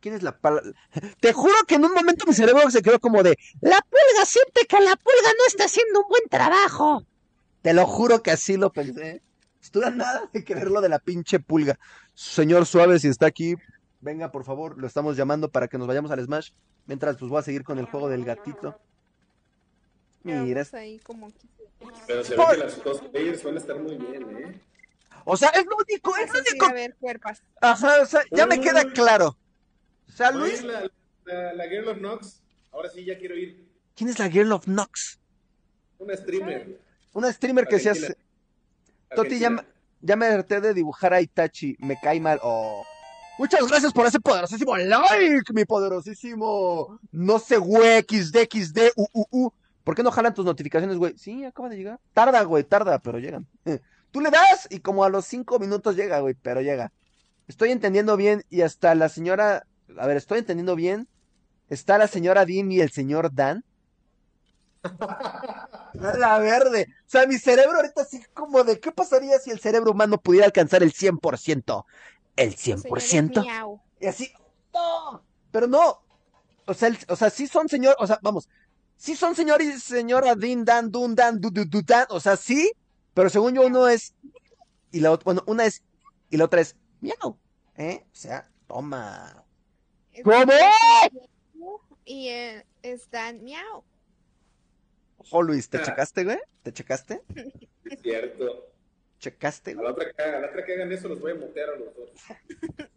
[SPEAKER 1] ¿Quién es la pala? *laughs* Te juro que en un momento mi cerebro se quedó como de, la pulga siente que la pulga no está haciendo un buen trabajo. Te lo juro que así lo pensé. Estuve a nada de creer lo de la pinche pulga. Señor Suave, si está aquí, venga por favor, lo estamos llamando para que nos vayamos al Smash. Mientras pues voy a seguir con el juego del gatito. Mira,
[SPEAKER 2] Quedamos ahí como quise.
[SPEAKER 3] Pero se ve que las cosplayers van a estar muy bien, ¿eh?
[SPEAKER 1] o sea, es lo único, es
[SPEAKER 2] Eso
[SPEAKER 1] lo
[SPEAKER 2] sí,
[SPEAKER 1] único.
[SPEAKER 2] a ver, cuerpas.
[SPEAKER 1] Ajá, o sea, ya me queda claro. O sea,
[SPEAKER 3] Oye,
[SPEAKER 1] Luis,
[SPEAKER 3] la, la, la Girl of Knox. Ahora sí ya quiero ir.
[SPEAKER 1] ¿quién es la Girl of Nox?
[SPEAKER 3] Una streamer.
[SPEAKER 1] Una streamer que se
[SPEAKER 3] Argentina.
[SPEAKER 1] hace... Toti,
[SPEAKER 3] Argentina.
[SPEAKER 1] llama- Ya me harté de dibujar a Itachi, me cae mal. Oh. Muchas gracias por ese poderosísimo like, mi poderosísimo. No sé, güey, XD, XD, u, u, u. ¿Por qué no jalan tus notificaciones, güey? Sí, acaba de llegar. Tarda, güey, tarda, pero llegan. *laughs* Tú le das y como a los cinco minutos llega, güey, pero llega. Estoy entendiendo bien y hasta la señora... A ver, estoy entendiendo bien. Está la señora Dean y el señor Dan. A La verde. O sea, mi cerebro ahorita así como de ¿qué pasaría si el cerebro humano pudiera alcanzar el 100%? El
[SPEAKER 2] Señores,
[SPEAKER 1] 100%.
[SPEAKER 2] miau.
[SPEAKER 1] Y así, ¡no! Pero no. O sea, el- o sea, sí son señor, o sea, vamos. Sí son señor y señora Din Dan Dun Dan du, du, du, Dan, o sea, sí, pero según yo uno es y la otra, bueno, una es y la otra es miau. ¿Eh? O sea, toma.
[SPEAKER 2] Es-
[SPEAKER 1] ¿Cómo?
[SPEAKER 2] Y él es Dan Miau.
[SPEAKER 1] Ojo, Luis, ¿te checaste, güey? ¿Te checaste?
[SPEAKER 3] Es cierto.
[SPEAKER 1] ¿Checaste,
[SPEAKER 3] A
[SPEAKER 1] güey?
[SPEAKER 3] la, otra que, a la otra que hagan eso los voy a mutear a los dos.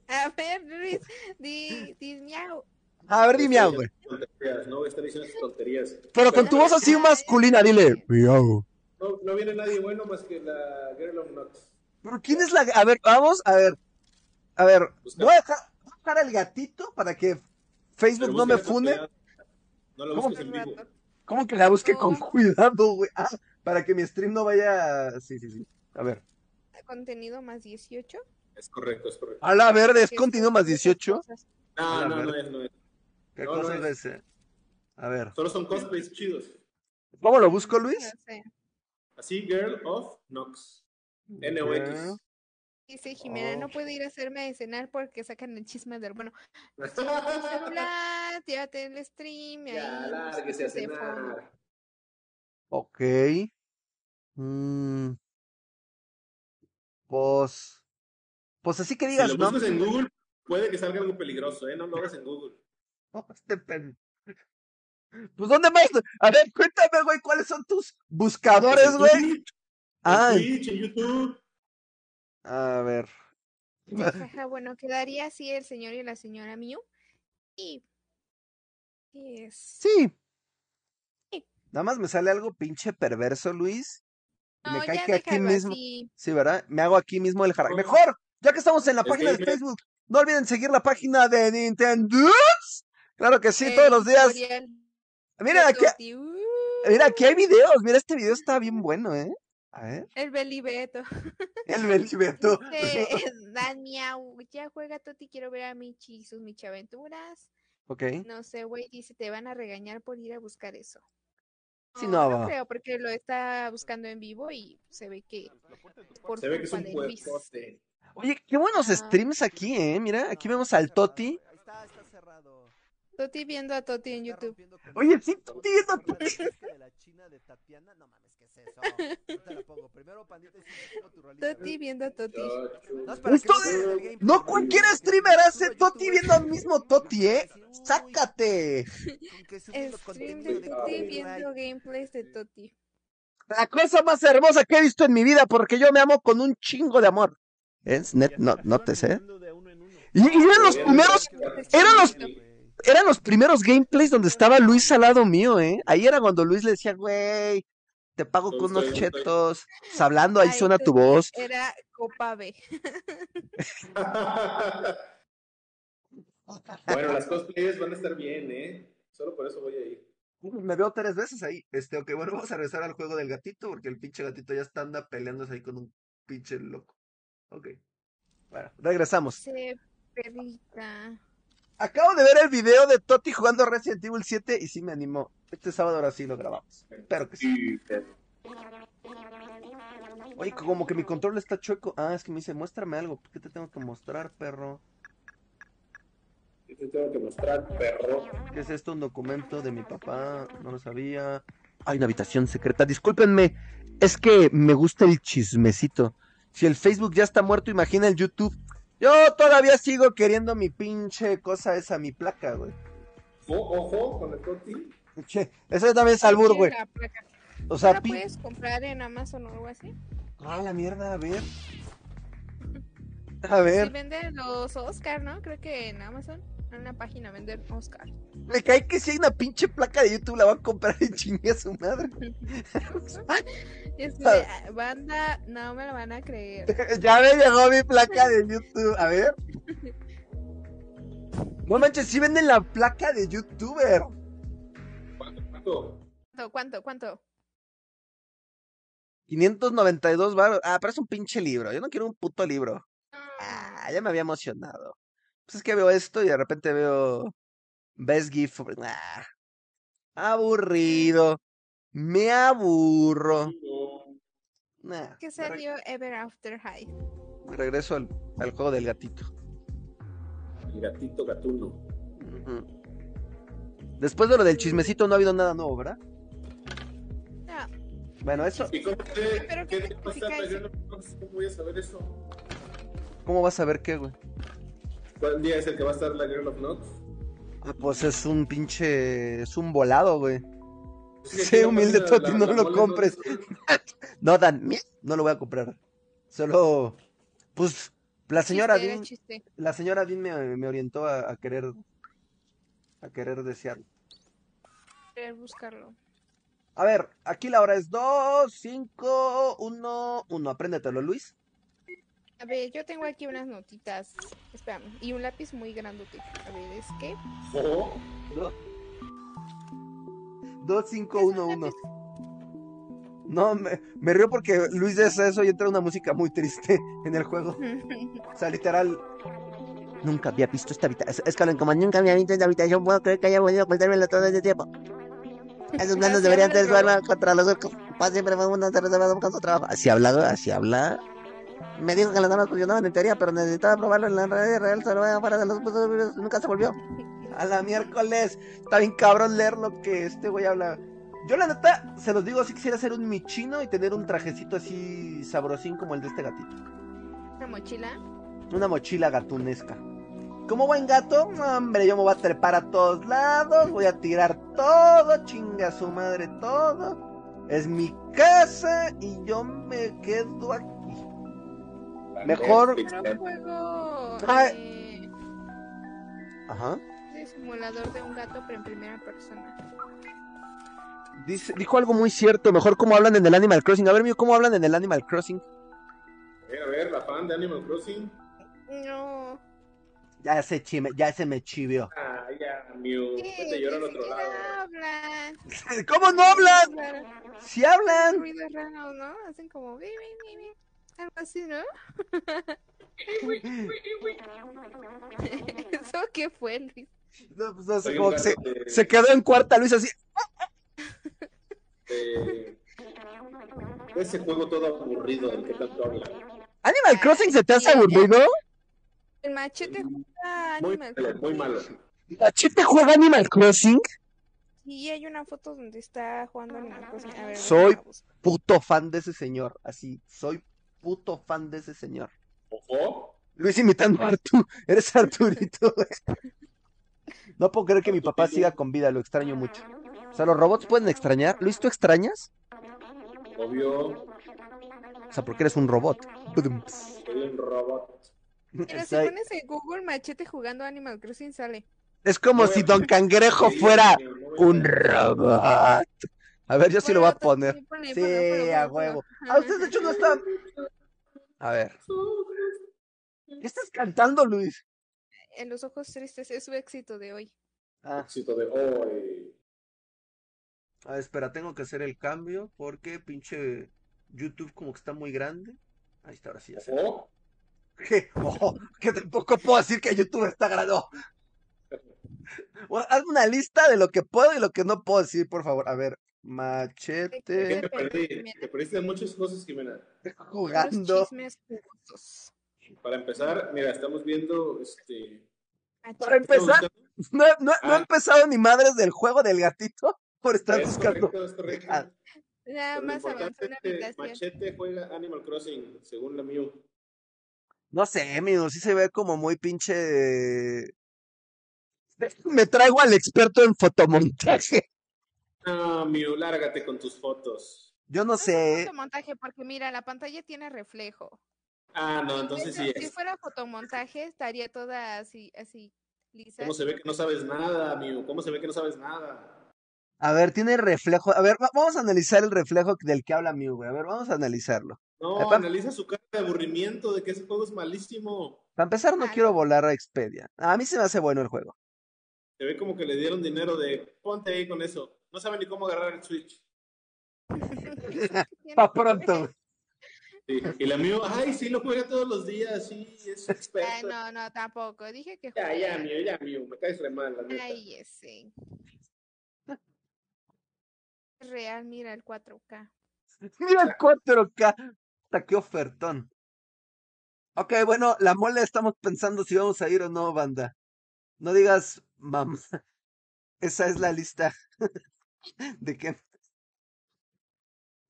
[SPEAKER 2] A ver, Luis, di, di miau.
[SPEAKER 1] A ver, di miau, güey.
[SPEAKER 3] Tonterías, No voy a estar diciendo esas tonterías.
[SPEAKER 1] Pero con tu voz así masculina, dile. Miau.
[SPEAKER 3] No, no viene nadie bueno más que la Girl of Knox.
[SPEAKER 1] ¿Pero quién es la.? A ver, vamos, a ver. A ver,
[SPEAKER 3] Busca-
[SPEAKER 1] voy a dejar, voy a dejar al gatito para que
[SPEAKER 3] Pero
[SPEAKER 1] Facebook no me
[SPEAKER 3] búscala con
[SPEAKER 1] funde.
[SPEAKER 3] cuidado. No lo
[SPEAKER 1] ¿Cómo?
[SPEAKER 3] busques en vivo.
[SPEAKER 1] ¿Cómo que la busque
[SPEAKER 2] No.
[SPEAKER 1] con cuidado, güey? Ah, para que mi stream no vaya. Sí, sí, sí. A ver.
[SPEAKER 2] Contenido más 18.
[SPEAKER 3] Es correcto, es correcto.
[SPEAKER 1] A la verde, es
[SPEAKER 2] Sí,
[SPEAKER 1] continuo más 18.
[SPEAKER 2] cosas.
[SPEAKER 1] a
[SPEAKER 3] No, no,
[SPEAKER 1] ver.
[SPEAKER 3] no es, no es.
[SPEAKER 1] ¿Qué
[SPEAKER 3] No,
[SPEAKER 1] cosa
[SPEAKER 3] no
[SPEAKER 1] es ese? A ver.
[SPEAKER 3] Solo son cosplays chidos.
[SPEAKER 1] ¿Cómo lo busco, Luis?
[SPEAKER 2] No sé.
[SPEAKER 3] Así, Girl of Knox. NOX.
[SPEAKER 2] Dice Jimena,
[SPEAKER 1] Oh.
[SPEAKER 2] no puede ir a hacerme de cenar porque sacan el chisme
[SPEAKER 1] *laughs*
[SPEAKER 2] del bueno. Celular, llévate el stream y
[SPEAKER 3] Ya,
[SPEAKER 2] ahí
[SPEAKER 3] lárguese a
[SPEAKER 2] de fondo.
[SPEAKER 3] cenar.
[SPEAKER 1] Ok. Mm. Pues. Pues así que digas,
[SPEAKER 3] Si lo
[SPEAKER 1] ¿no?
[SPEAKER 3] buscas en Google, puede que salga algo peligroso, ¿eh? No lo hagas en Google.
[SPEAKER 1] No, este pen- Pues ¿dónde más? A ver, cuéntame, güey, ¿cuáles son tus buscadores,
[SPEAKER 3] En
[SPEAKER 1] güey?
[SPEAKER 3] Twitch,
[SPEAKER 1] Ah,
[SPEAKER 3] En Twitch, en YouTube.
[SPEAKER 1] a ver. *laughs*
[SPEAKER 2] Jaja, bueno, quedaría así el señor y la señora Miu. Y. y es-
[SPEAKER 1] Sí.
[SPEAKER 2] Sí.
[SPEAKER 1] Nada más me sale algo pinche perverso, Luis. y me
[SPEAKER 2] No,
[SPEAKER 1] cae
[SPEAKER 2] ya
[SPEAKER 1] que aquí
[SPEAKER 2] déjalo
[SPEAKER 1] mismo.
[SPEAKER 2] así.
[SPEAKER 1] Sí, ¿verdad? Me hago aquí mismo el jarabe.
[SPEAKER 3] Ojo.
[SPEAKER 1] Mejor, ya que estamos en la
[SPEAKER 3] Es
[SPEAKER 1] página de
[SPEAKER 3] gamer.
[SPEAKER 1] Facebook, no olviden seguir la página de Nintendo. Claro que sí, todos
[SPEAKER 2] el
[SPEAKER 1] los días.
[SPEAKER 2] tutorial
[SPEAKER 1] Mira,
[SPEAKER 2] de
[SPEAKER 1] aquí,
[SPEAKER 2] Tosti, uh,
[SPEAKER 1] mira, aquí hay videos. Mira, este video está bien bueno, ¿eh? A ver. *laughs*
[SPEAKER 2] El Belibeto.
[SPEAKER 1] El Belibeto.
[SPEAKER 2] Dice, *laughs* Dan Miau, ya juega Toti, quiero ver a Michi y sus Michi aventuras.
[SPEAKER 1] Ok.
[SPEAKER 2] No sé, güey, dice, te van a regañar por ir a buscar eso.
[SPEAKER 1] Sí,
[SPEAKER 2] No,
[SPEAKER 1] no.
[SPEAKER 2] no creo, porque lo está buscando en vivo y se ve que por
[SPEAKER 3] Se ve que es
[SPEAKER 2] culpa
[SPEAKER 3] un
[SPEAKER 2] de Luis.
[SPEAKER 3] puercote.
[SPEAKER 1] Oye, qué buenos
[SPEAKER 2] Ajá.
[SPEAKER 1] streams aquí, ¿eh? Mira, aquí vemos al Toti.
[SPEAKER 4] Ahí Está, está cerrado.
[SPEAKER 2] Toti viendo a Toti en
[SPEAKER 4] Está
[SPEAKER 2] YouTube.
[SPEAKER 4] rompiendo con-
[SPEAKER 1] Oye, sí, tú tienes a
[SPEAKER 4] Con la
[SPEAKER 1] Toti.
[SPEAKER 4] fiesta de la China de Tatiana, no mames, ¿qué es
[SPEAKER 2] *laughs*
[SPEAKER 4] eso? Ahorita la pongo. Primero, pandita, y si pongo tu rolita, a ver.
[SPEAKER 2] Toti viendo a Toti.
[SPEAKER 3] Chacho.
[SPEAKER 4] No, es para que no
[SPEAKER 1] Esto
[SPEAKER 4] se
[SPEAKER 1] de-
[SPEAKER 4] vea el gameplay,
[SPEAKER 1] No cualquier streamer hace
[SPEAKER 4] Sube
[SPEAKER 1] Toti
[SPEAKER 4] YouTube,
[SPEAKER 1] viendo al
[SPEAKER 4] güey.
[SPEAKER 1] mismo Toti, ¿eh?
[SPEAKER 4] Uy,
[SPEAKER 1] sácate.
[SPEAKER 4] con que subiendo
[SPEAKER 2] Stream
[SPEAKER 4] contenido
[SPEAKER 2] de
[SPEAKER 4] de
[SPEAKER 2] Toti
[SPEAKER 4] copyright.
[SPEAKER 2] viendo gameplays de Toti.
[SPEAKER 1] La cosa más hermosa que he visto en mi vida, porque yo me amo con un chingo de amor. Es net, no, no te sé. Y, y eran los primeros, eran los- eran los primeros gameplays donde estaba Luis al lado mío, ¿eh? Ahí era cuando Luis le decía, güey, te pago con unos chetos, Pues hablando, ahí
[SPEAKER 2] Ay,
[SPEAKER 1] suena tu voz.
[SPEAKER 2] Era Copa B.
[SPEAKER 3] Bueno, las cosplays van a estar bien, ¿eh? Solo por eso voy a ir.
[SPEAKER 1] Me veo tres veces ahí. Este, ok, bueno, vamos a regresar al juego del gatito, porque el pinche gatito ya está anda peleándose ahí con un pinche loco. Ok. Bueno, regresamos.
[SPEAKER 2] Se perrita.
[SPEAKER 1] Acabo de ver el video de Toti jugando Resident Evil 7 y sí me animó. Este sábado ahora sí lo grabamos. Espero que sí. Oye, como que mi control está chueco. Ah, es que me dice, muéstrame algo. ¿Qué te tengo que mostrar, perro?
[SPEAKER 3] Yo te tengo que mostrar, perro.
[SPEAKER 1] ¿Qué es esto? Un documento de mi papá. No lo sabía. Hay una habitación secreta. Discúlpenme. Es que me gusta el chismecito. Si el Facebook ya está muerto, imagina el YouTube. Yo todavía sigo queriendo mi pinche cosa esa, mi placa, güey.
[SPEAKER 3] O- Ojo con el Toti.
[SPEAKER 1] Che, esa también es albur, güey.
[SPEAKER 2] La placa.
[SPEAKER 1] O
[SPEAKER 2] ¿No
[SPEAKER 1] sea,
[SPEAKER 2] la
[SPEAKER 1] pin-
[SPEAKER 2] puedes comprar en Amazon o algo así?
[SPEAKER 1] Ah, la mierda, a ver. A ver.
[SPEAKER 2] Sí venden los Oscar, ¿no? Creo que en Amazon, en una página venden Oscar.
[SPEAKER 1] Me cae que si hay una pinche placa de YouTube la va a comprar y *laughs* chingue a su madre.
[SPEAKER 2] *laughs* Y así de, "Ah, banda, no me lo van a creer.
[SPEAKER 1] Ya me llegó mi placa de YouTube. A ver. No manches, sí venden la placa de YouTuber.
[SPEAKER 3] Paco,
[SPEAKER 2] ¿Cuánto, cuánto, cuánto?
[SPEAKER 1] 592 baros. Ah, pero es un pinche libro. Yo no quiero un puto libro.
[SPEAKER 2] Ah,
[SPEAKER 1] Ah, ya me había emocionado. Pues es que veo esto y de repente veo. Best GIF. Ah, aburrido. Me aburro.
[SPEAKER 3] no.
[SPEAKER 1] Nah,
[SPEAKER 2] Que
[SPEAKER 1] me
[SPEAKER 2] salió Ever After High.
[SPEAKER 1] re- regreso al, al juego del gatito.
[SPEAKER 3] El gatito gatuno.
[SPEAKER 1] Ujú. Después de lo del chismecito no ha habido nada nuevo, ¿verdad?
[SPEAKER 2] No,
[SPEAKER 1] Bueno, eso,
[SPEAKER 3] ¿Y cómo te,
[SPEAKER 2] Pero
[SPEAKER 3] qué
[SPEAKER 2] que
[SPEAKER 3] te pasa,
[SPEAKER 2] justifica
[SPEAKER 3] Yo no sé ¿Cómo voy a saber eso?
[SPEAKER 1] ¿cómo vas a ver qué, güey?
[SPEAKER 3] ¿Cuál día es el que va a estar la Girl of Knox?
[SPEAKER 1] Ah, pues es un pinche, es un volado, güey.
[SPEAKER 3] Sí,
[SPEAKER 1] Sé
[SPEAKER 3] aquí
[SPEAKER 1] humilde,
[SPEAKER 3] la-
[SPEAKER 1] Toti,
[SPEAKER 3] la-
[SPEAKER 1] no
[SPEAKER 3] la
[SPEAKER 1] lo
[SPEAKER 3] mole
[SPEAKER 1] compres. No, Dan, mi- no lo voy a comprar. Solo, pues, la señora
[SPEAKER 2] chiste, era
[SPEAKER 1] Dean,
[SPEAKER 2] chiste.
[SPEAKER 1] la señora Dean me, me orientó a, a querer, a querer desear.
[SPEAKER 2] Querer buscarlo.
[SPEAKER 1] A ver, aquí la hora es 2, 5, 1, 1. Apréndetelo, Luis.
[SPEAKER 2] A ver, yo tengo aquí unas notitas. Espérame. Y un lápiz muy grandote. A ver, es que.
[SPEAKER 3] Ojo.
[SPEAKER 1] 2, 5, 1, 1. No, me, me río porque Luis dice eso y entra una música muy triste en el juego. O sea, literal. Nunca había visto esta habitación. Escalón, como nunca había visto esta habitación, puedo creer que haya podido ocultármela todo este tiempo. Esos planos
[SPEAKER 2] Así
[SPEAKER 1] deberían
[SPEAKER 2] habla
[SPEAKER 1] ser
[SPEAKER 2] el
[SPEAKER 1] su arma contra los orcos. Paz siempre fue una reservado con su trabajo. Así hablado, así habla. Me dijo que las armas funcionaban en teoría, pero necesitaba probarlo en la realidad real. Se lo voy a parar de los putos virus. Nunca se volvió. A la miércoles. Está bien cabrón leer lo que este güey habla. Yo la neta, se los digo, si quisiera ser un michino y tener un trajecito así sabrosín como el de este gatito.
[SPEAKER 2] Una mochila.
[SPEAKER 1] Una mochila gatunesca. Como buen gato, no, hombre, yo me voy a trepar a todos lados, voy a tirar todo, chinga su madre todo. Es mi casa y yo me quedo aquí. Mejor-
[SPEAKER 2] Para un juego.
[SPEAKER 1] Ah.
[SPEAKER 2] eh,
[SPEAKER 1] Ajá.
[SPEAKER 2] de simulador de un gato, pero en primera persona.
[SPEAKER 1] Dice, dijo algo muy cierto, mejor cómo hablan en el Animal Crossing. A ver, mío, ¿cómo hablan en el Animal Crossing?
[SPEAKER 3] Eh, a ver, la fan de Animal Crossing.
[SPEAKER 2] No.
[SPEAKER 1] Ya se chime, ya se me chivió.
[SPEAKER 3] Ah, ya, Mew.
[SPEAKER 2] ¿Qué?
[SPEAKER 3] Vete llora al
[SPEAKER 2] Ni
[SPEAKER 3] otro
[SPEAKER 2] siquiera
[SPEAKER 3] lado.
[SPEAKER 2] hablan.
[SPEAKER 1] ¿Cómo no hablan?
[SPEAKER 2] Claro.
[SPEAKER 1] Si hablan.
[SPEAKER 2] Ruidos raros, ¿no? Hacen como. "Bi, bi, bi, bi", Algo así, ¿no? *laughs* ¿Eso qué fue, Luis?
[SPEAKER 1] No, pues, no sé,
[SPEAKER 3] Soy
[SPEAKER 1] como
[SPEAKER 3] un
[SPEAKER 1] que
[SPEAKER 3] gato
[SPEAKER 1] se,
[SPEAKER 3] de-
[SPEAKER 1] se quedó en cuarta, Luis, así.
[SPEAKER 3] de- de Ese juego todo aburrido del que tanto hablan.
[SPEAKER 1] ¿Animal Crossing se te hace aburrido?
[SPEAKER 2] El machete
[SPEAKER 1] Mm,
[SPEAKER 2] juega
[SPEAKER 3] Muy
[SPEAKER 2] Animal
[SPEAKER 3] malo, muy
[SPEAKER 2] Crossing.
[SPEAKER 3] malo.
[SPEAKER 1] ¿Cachete juega Animal Crossing?
[SPEAKER 2] Sí, hay una foto donde está jugando Animal Crossing. A ver,
[SPEAKER 1] Soy-
[SPEAKER 2] déjame la busco.
[SPEAKER 1] Puto fan de ese señor, así, soy puto fan de ese señor.
[SPEAKER 3] Ojo.
[SPEAKER 1] Luis imitando a Artur, *laughs* eres Arturito, güey. No puedo creer que mi papá siga con vida, lo extraño mucho. O sea, los robots pueden extrañar. Luis, ¿tú extrañas?
[SPEAKER 3] Obvio.
[SPEAKER 1] O sea, porque eres un robot. Pudum, ps.
[SPEAKER 3] Soy un robot.
[SPEAKER 2] Mira,
[SPEAKER 1] O
[SPEAKER 2] si
[SPEAKER 1] sea,
[SPEAKER 2] pones en Google machete jugando Animal Crossing, sale.
[SPEAKER 1] Es como si Don Cangrejo
[SPEAKER 3] Sí,
[SPEAKER 1] fuera
[SPEAKER 3] Mew, no me
[SPEAKER 1] un
[SPEAKER 3] digas.
[SPEAKER 1] robot. A ver, yo sí lo voy
[SPEAKER 2] Bueno,
[SPEAKER 1] a poner.
[SPEAKER 2] sí, ponle, ponle,
[SPEAKER 1] Sí,
[SPEAKER 2] ponle,
[SPEAKER 1] a
[SPEAKER 2] ponle.
[SPEAKER 1] huevo. Ah, ustedes de hecho no están. A ver. ¿Qué estás cantando, Luis?
[SPEAKER 2] En los ojos tristes es su éxito de hoy.
[SPEAKER 1] Ah,
[SPEAKER 3] Éxito de hoy.
[SPEAKER 1] a ver, Ah, espera, tengo que hacer el cambio porque pinche YouTube como que está muy grande. Ahí está, ahora sí ya
[SPEAKER 3] *laughs*
[SPEAKER 1] se.
[SPEAKER 3] Ojo.
[SPEAKER 1] ¿Qué? *laughs* Oh, que tampoco puedo decir que YouTube está grande. No. *laughs* Bueno, haz una lista de lo que puedo y lo que no puedo decir, por favor. A ver,
[SPEAKER 3] ¿Qué
[SPEAKER 1] machete
[SPEAKER 3] te perdí? Te perdiste muchas cosas, Jimena.
[SPEAKER 2] Puros
[SPEAKER 1] jugando.
[SPEAKER 2] chismes jugosos.
[SPEAKER 3] Para empezar, mira, estamos viendo este.
[SPEAKER 1] Para
[SPEAKER 2] Machete.
[SPEAKER 1] empezar, no, no, no he
[SPEAKER 3] Ah.
[SPEAKER 1] empezado ni madres del juego del gatito *laughs* por estar
[SPEAKER 3] Es
[SPEAKER 1] buscando.
[SPEAKER 3] correcto, es correcto.
[SPEAKER 1] Ah,
[SPEAKER 2] Nada
[SPEAKER 3] Pero lo
[SPEAKER 2] más avanzó
[SPEAKER 3] importante
[SPEAKER 2] una
[SPEAKER 3] es que
[SPEAKER 2] habitación.
[SPEAKER 3] Machete juega Animal Crossing, según la Mew.
[SPEAKER 1] No sé, amigo, sí se ve como muy pinche. Me traigo al experto en fotomontaje. *laughs*
[SPEAKER 3] Ah, Mew, lárgate con tus fotos.
[SPEAKER 1] Yo no
[SPEAKER 2] No es
[SPEAKER 1] sé.
[SPEAKER 2] fotomontaje porque mira, la pantalla tiene reflejo.
[SPEAKER 3] Ah, no, entonces sí
[SPEAKER 2] Eso, Si
[SPEAKER 3] es.
[SPEAKER 2] fuera fotomontaje estaría toda así, así lisa.
[SPEAKER 3] ¿Cómo se ve que no sabes nada, Mew? ¿Cómo se ve que no sabes nada?
[SPEAKER 1] A ver, tiene reflejo. A ver, va- vamos a analizar el reflejo del que habla Mew, güey. A ver, vamos a analizarlo.
[SPEAKER 3] No,
[SPEAKER 1] Epa.
[SPEAKER 3] analiza su cara de aburrimiento de que ese juego es malísimo.
[SPEAKER 1] Para empezar, no
[SPEAKER 2] Ah,
[SPEAKER 1] quiero volar a Expedia. A mí se me hace bueno el juego.
[SPEAKER 3] Se ve como que le dieron dinero de ponte ahí con eso. No sabe ni cómo agarrar el Switch.
[SPEAKER 2] Tiene-
[SPEAKER 1] Pa' pronto. güey.
[SPEAKER 3] Sí, Y la Mew, ay, sí, lo juega todos los días, sí, es
[SPEAKER 2] *laughs* Ah,
[SPEAKER 3] experto.
[SPEAKER 2] no, no, tampoco. Dije que
[SPEAKER 3] Ya, ya,
[SPEAKER 2] jugaba.
[SPEAKER 3] Mew, ya, Mew, me caes re mal, la neta.
[SPEAKER 2] Ay, *laughs* ese. Real, mira el 4K.
[SPEAKER 1] *laughs* Mira el 4K. Hasta qué ofertón. Ok, bueno, la mole estamos pensando si vamos a ir o no, banda. No digas, mamá. *laughs* Esa es la lista. *laughs* ¿De qué?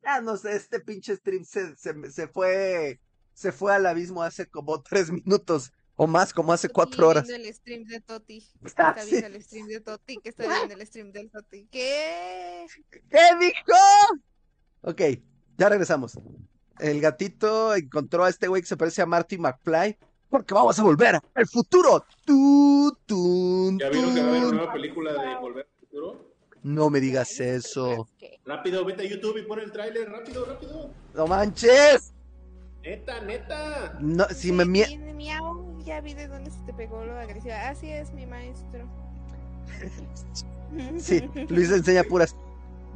[SPEAKER 1] Ah, no sé, este pinche stream se, se, se fue. Se fue al abismo hace como tres minutos o más, como hace
[SPEAKER 2] Toti
[SPEAKER 1] cuatro horas.
[SPEAKER 2] viendo el stream de Toti. que
[SPEAKER 1] Ah,
[SPEAKER 2] Está
[SPEAKER 1] sí.
[SPEAKER 2] viendo el stream de Toti, que está viendo el stream del Toti.
[SPEAKER 1] *laughs*
[SPEAKER 2] ¿Qué?
[SPEAKER 1] ¿Qué dijo? Ok, ya regresamos. El gatito encontró a este güey que se parece a Marty McFly. Porque vamos a volver al futuro. Tú, tú,
[SPEAKER 3] ¿Ya vieron que va a haber
[SPEAKER 1] tú.
[SPEAKER 3] una nueva película de Volver al Futuro?
[SPEAKER 1] No me digas
[SPEAKER 2] Ay,
[SPEAKER 1] eso.
[SPEAKER 2] pues, ¿qué?
[SPEAKER 3] Rápido, vete a YouTube y pon el tráiler, rápido, rápido.
[SPEAKER 1] No manches.
[SPEAKER 3] Neta, neta.
[SPEAKER 1] No, si me
[SPEAKER 2] Sí,
[SPEAKER 1] mie-
[SPEAKER 2] tiene miau, ya vi de dónde se te pegó lo agresivo. Así es, mi maestro.
[SPEAKER 1] *laughs*
[SPEAKER 2] *laughs*
[SPEAKER 1] Sí, Luis enseña puras.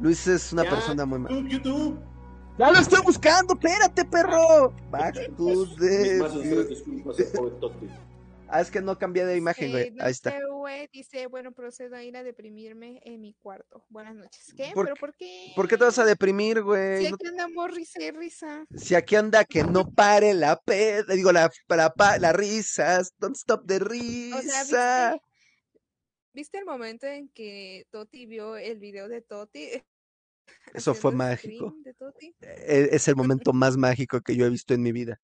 [SPEAKER 1] Luis es una
[SPEAKER 3] Ya,
[SPEAKER 1] persona muy mala.
[SPEAKER 3] YouTube, YouTube.
[SPEAKER 1] ¡Ya lo estoy buscando! ¡Espérate, perro! Back to
[SPEAKER 3] Disculpas,
[SPEAKER 1] the
[SPEAKER 3] Más sinceras
[SPEAKER 1] future.
[SPEAKER 3] disculpas, el joven Totti.
[SPEAKER 1] Ah, es que no cambié de imagen, güey.
[SPEAKER 2] Eh,
[SPEAKER 1] Ahí está.
[SPEAKER 2] dice, güey, dice, bueno, procedo a ir a deprimirme en mi cuarto. Buenas noches. ¿Qué?
[SPEAKER 1] ¿Por
[SPEAKER 2] ¿Pero
[SPEAKER 1] qué-
[SPEAKER 2] por qué?
[SPEAKER 1] ¿Por qué te vas a deprimir,
[SPEAKER 2] Si
[SPEAKER 1] güey? No-
[SPEAKER 2] aquí andamos risa y risa.
[SPEAKER 1] Si aquí anda que no pare la peda, digo, la, la, pa- la risas, don't stop de
[SPEAKER 2] O sea,
[SPEAKER 1] risa.
[SPEAKER 2] ¿viste, ¿viste el momento en que Toti vio el video de Toti?
[SPEAKER 1] *laughs* Eso fue
[SPEAKER 2] haciendo
[SPEAKER 1] mágico.
[SPEAKER 2] scream de Toti?
[SPEAKER 1] E- Es el momento más mágico que yo he visto en mi vida.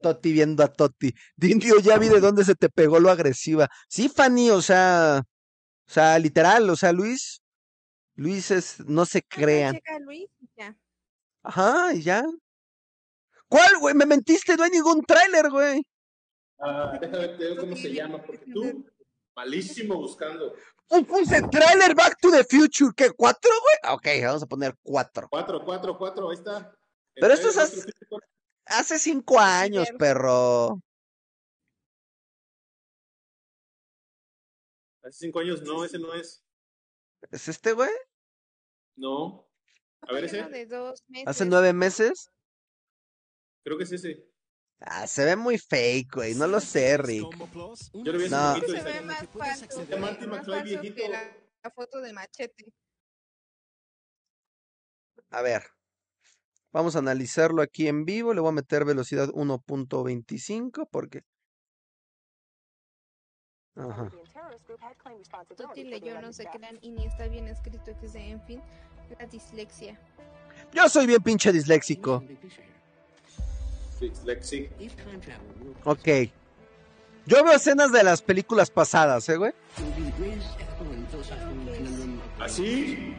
[SPEAKER 1] Toti viendo a Toti. Dindio, ya vi de dónde se te pegó lo agresiva. Sí, Fanny, o sea, o sea, literal, o sea, Luis, Luis es, no se
[SPEAKER 2] Ajá,
[SPEAKER 1] crean.
[SPEAKER 2] Llega Luis y ya.
[SPEAKER 1] Ajá, y ya. ¿Cuál, güey? Me mentiste, no hay ningún tráiler, güey.
[SPEAKER 3] Ah, déjame ver cómo se llama, porque tú, malísimo buscando.
[SPEAKER 1] Puse- Puse tráiler Back to the Future, ¿qué? ¿Cuatro, güey? Ah, Ok, vamos a poner cuatro.
[SPEAKER 3] Cuatro, cuatro, cuatro, ahí está. El
[SPEAKER 1] Pero esto es
[SPEAKER 3] tráiler,
[SPEAKER 1] as-
[SPEAKER 3] cuatro,
[SPEAKER 1] Hace cinco años,
[SPEAKER 2] cierto.
[SPEAKER 1] perro.
[SPEAKER 3] Hace cinco años, no, ese no es.
[SPEAKER 1] ¿Es este, güey?
[SPEAKER 3] No. A ver,
[SPEAKER 2] Lleno
[SPEAKER 3] ese.
[SPEAKER 2] de dos
[SPEAKER 1] Hace
[SPEAKER 2] meses.
[SPEAKER 1] nueve meses.
[SPEAKER 3] Creo que es ese.
[SPEAKER 1] Ah, se ve muy fake, güey. No lo sé, Rick.
[SPEAKER 3] Yo lo vi hace
[SPEAKER 1] No.
[SPEAKER 3] poquito.
[SPEAKER 2] se
[SPEAKER 3] y
[SPEAKER 2] ve
[SPEAKER 3] salió.
[SPEAKER 2] más falso,
[SPEAKER 3] De
[SPEAKER 2] güey,
[SPEAKER 3] Marty
[SPEAKER 2] más
[SPEAKER 3] McFly
[SPEAKER 2] falso
[SPEAKER 3] viejito.
[SPEAKER 2] que la, la foto de Machete.
[SPEAKER 1] A ver. Vamos a analizarlo aquí en vivo. Le voy a meter velocidad 1.25 porque. Ajá.
[SPEAKER 2] Toti leyó, no se crean y ni está bien escrito que sea, en fin, la dislexia.
[SPEAKER 1] Yo soy bien pinche disléxico.
[SPEAKER 3] Sí, Lexi.
[SPEAKER 1] Ok. Yo veo escenas de las películas pasadas, ¿eh, güey?
[SPEAKER 3] ¿Ah, ¿Así?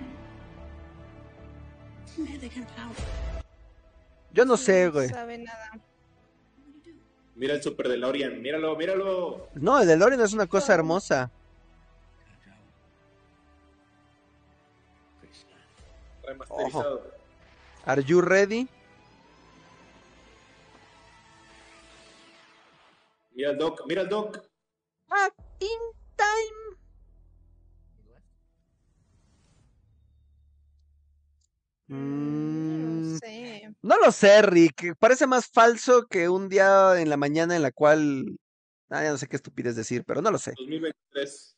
[SPEAKER 1] Yo no sé, güey.
[SPEAKER 2] No sabe nada.
[SPEAKER 3] Mira el Super DeLorean. Míralo, míralo.
[SPEAKER 1] No, el DeLorean es una cosa hermosa.
[SPEAKER 3] Remasterizado.
[SPEAKER 1] Are you ready?
[SPEAKER 3] Mira el Doc, mira el Doc.
[SPEAKER 1] Back in time. Mm,
[SPEAKER 2] Mm, No sé.
[SPEAKER 1] no lo sé, Rick. Parece más falso que un día en la mañana en la cual. Ah, ya no sé qué estupidez decir, pero no lo sé.
[SPEAKER 3] 2023.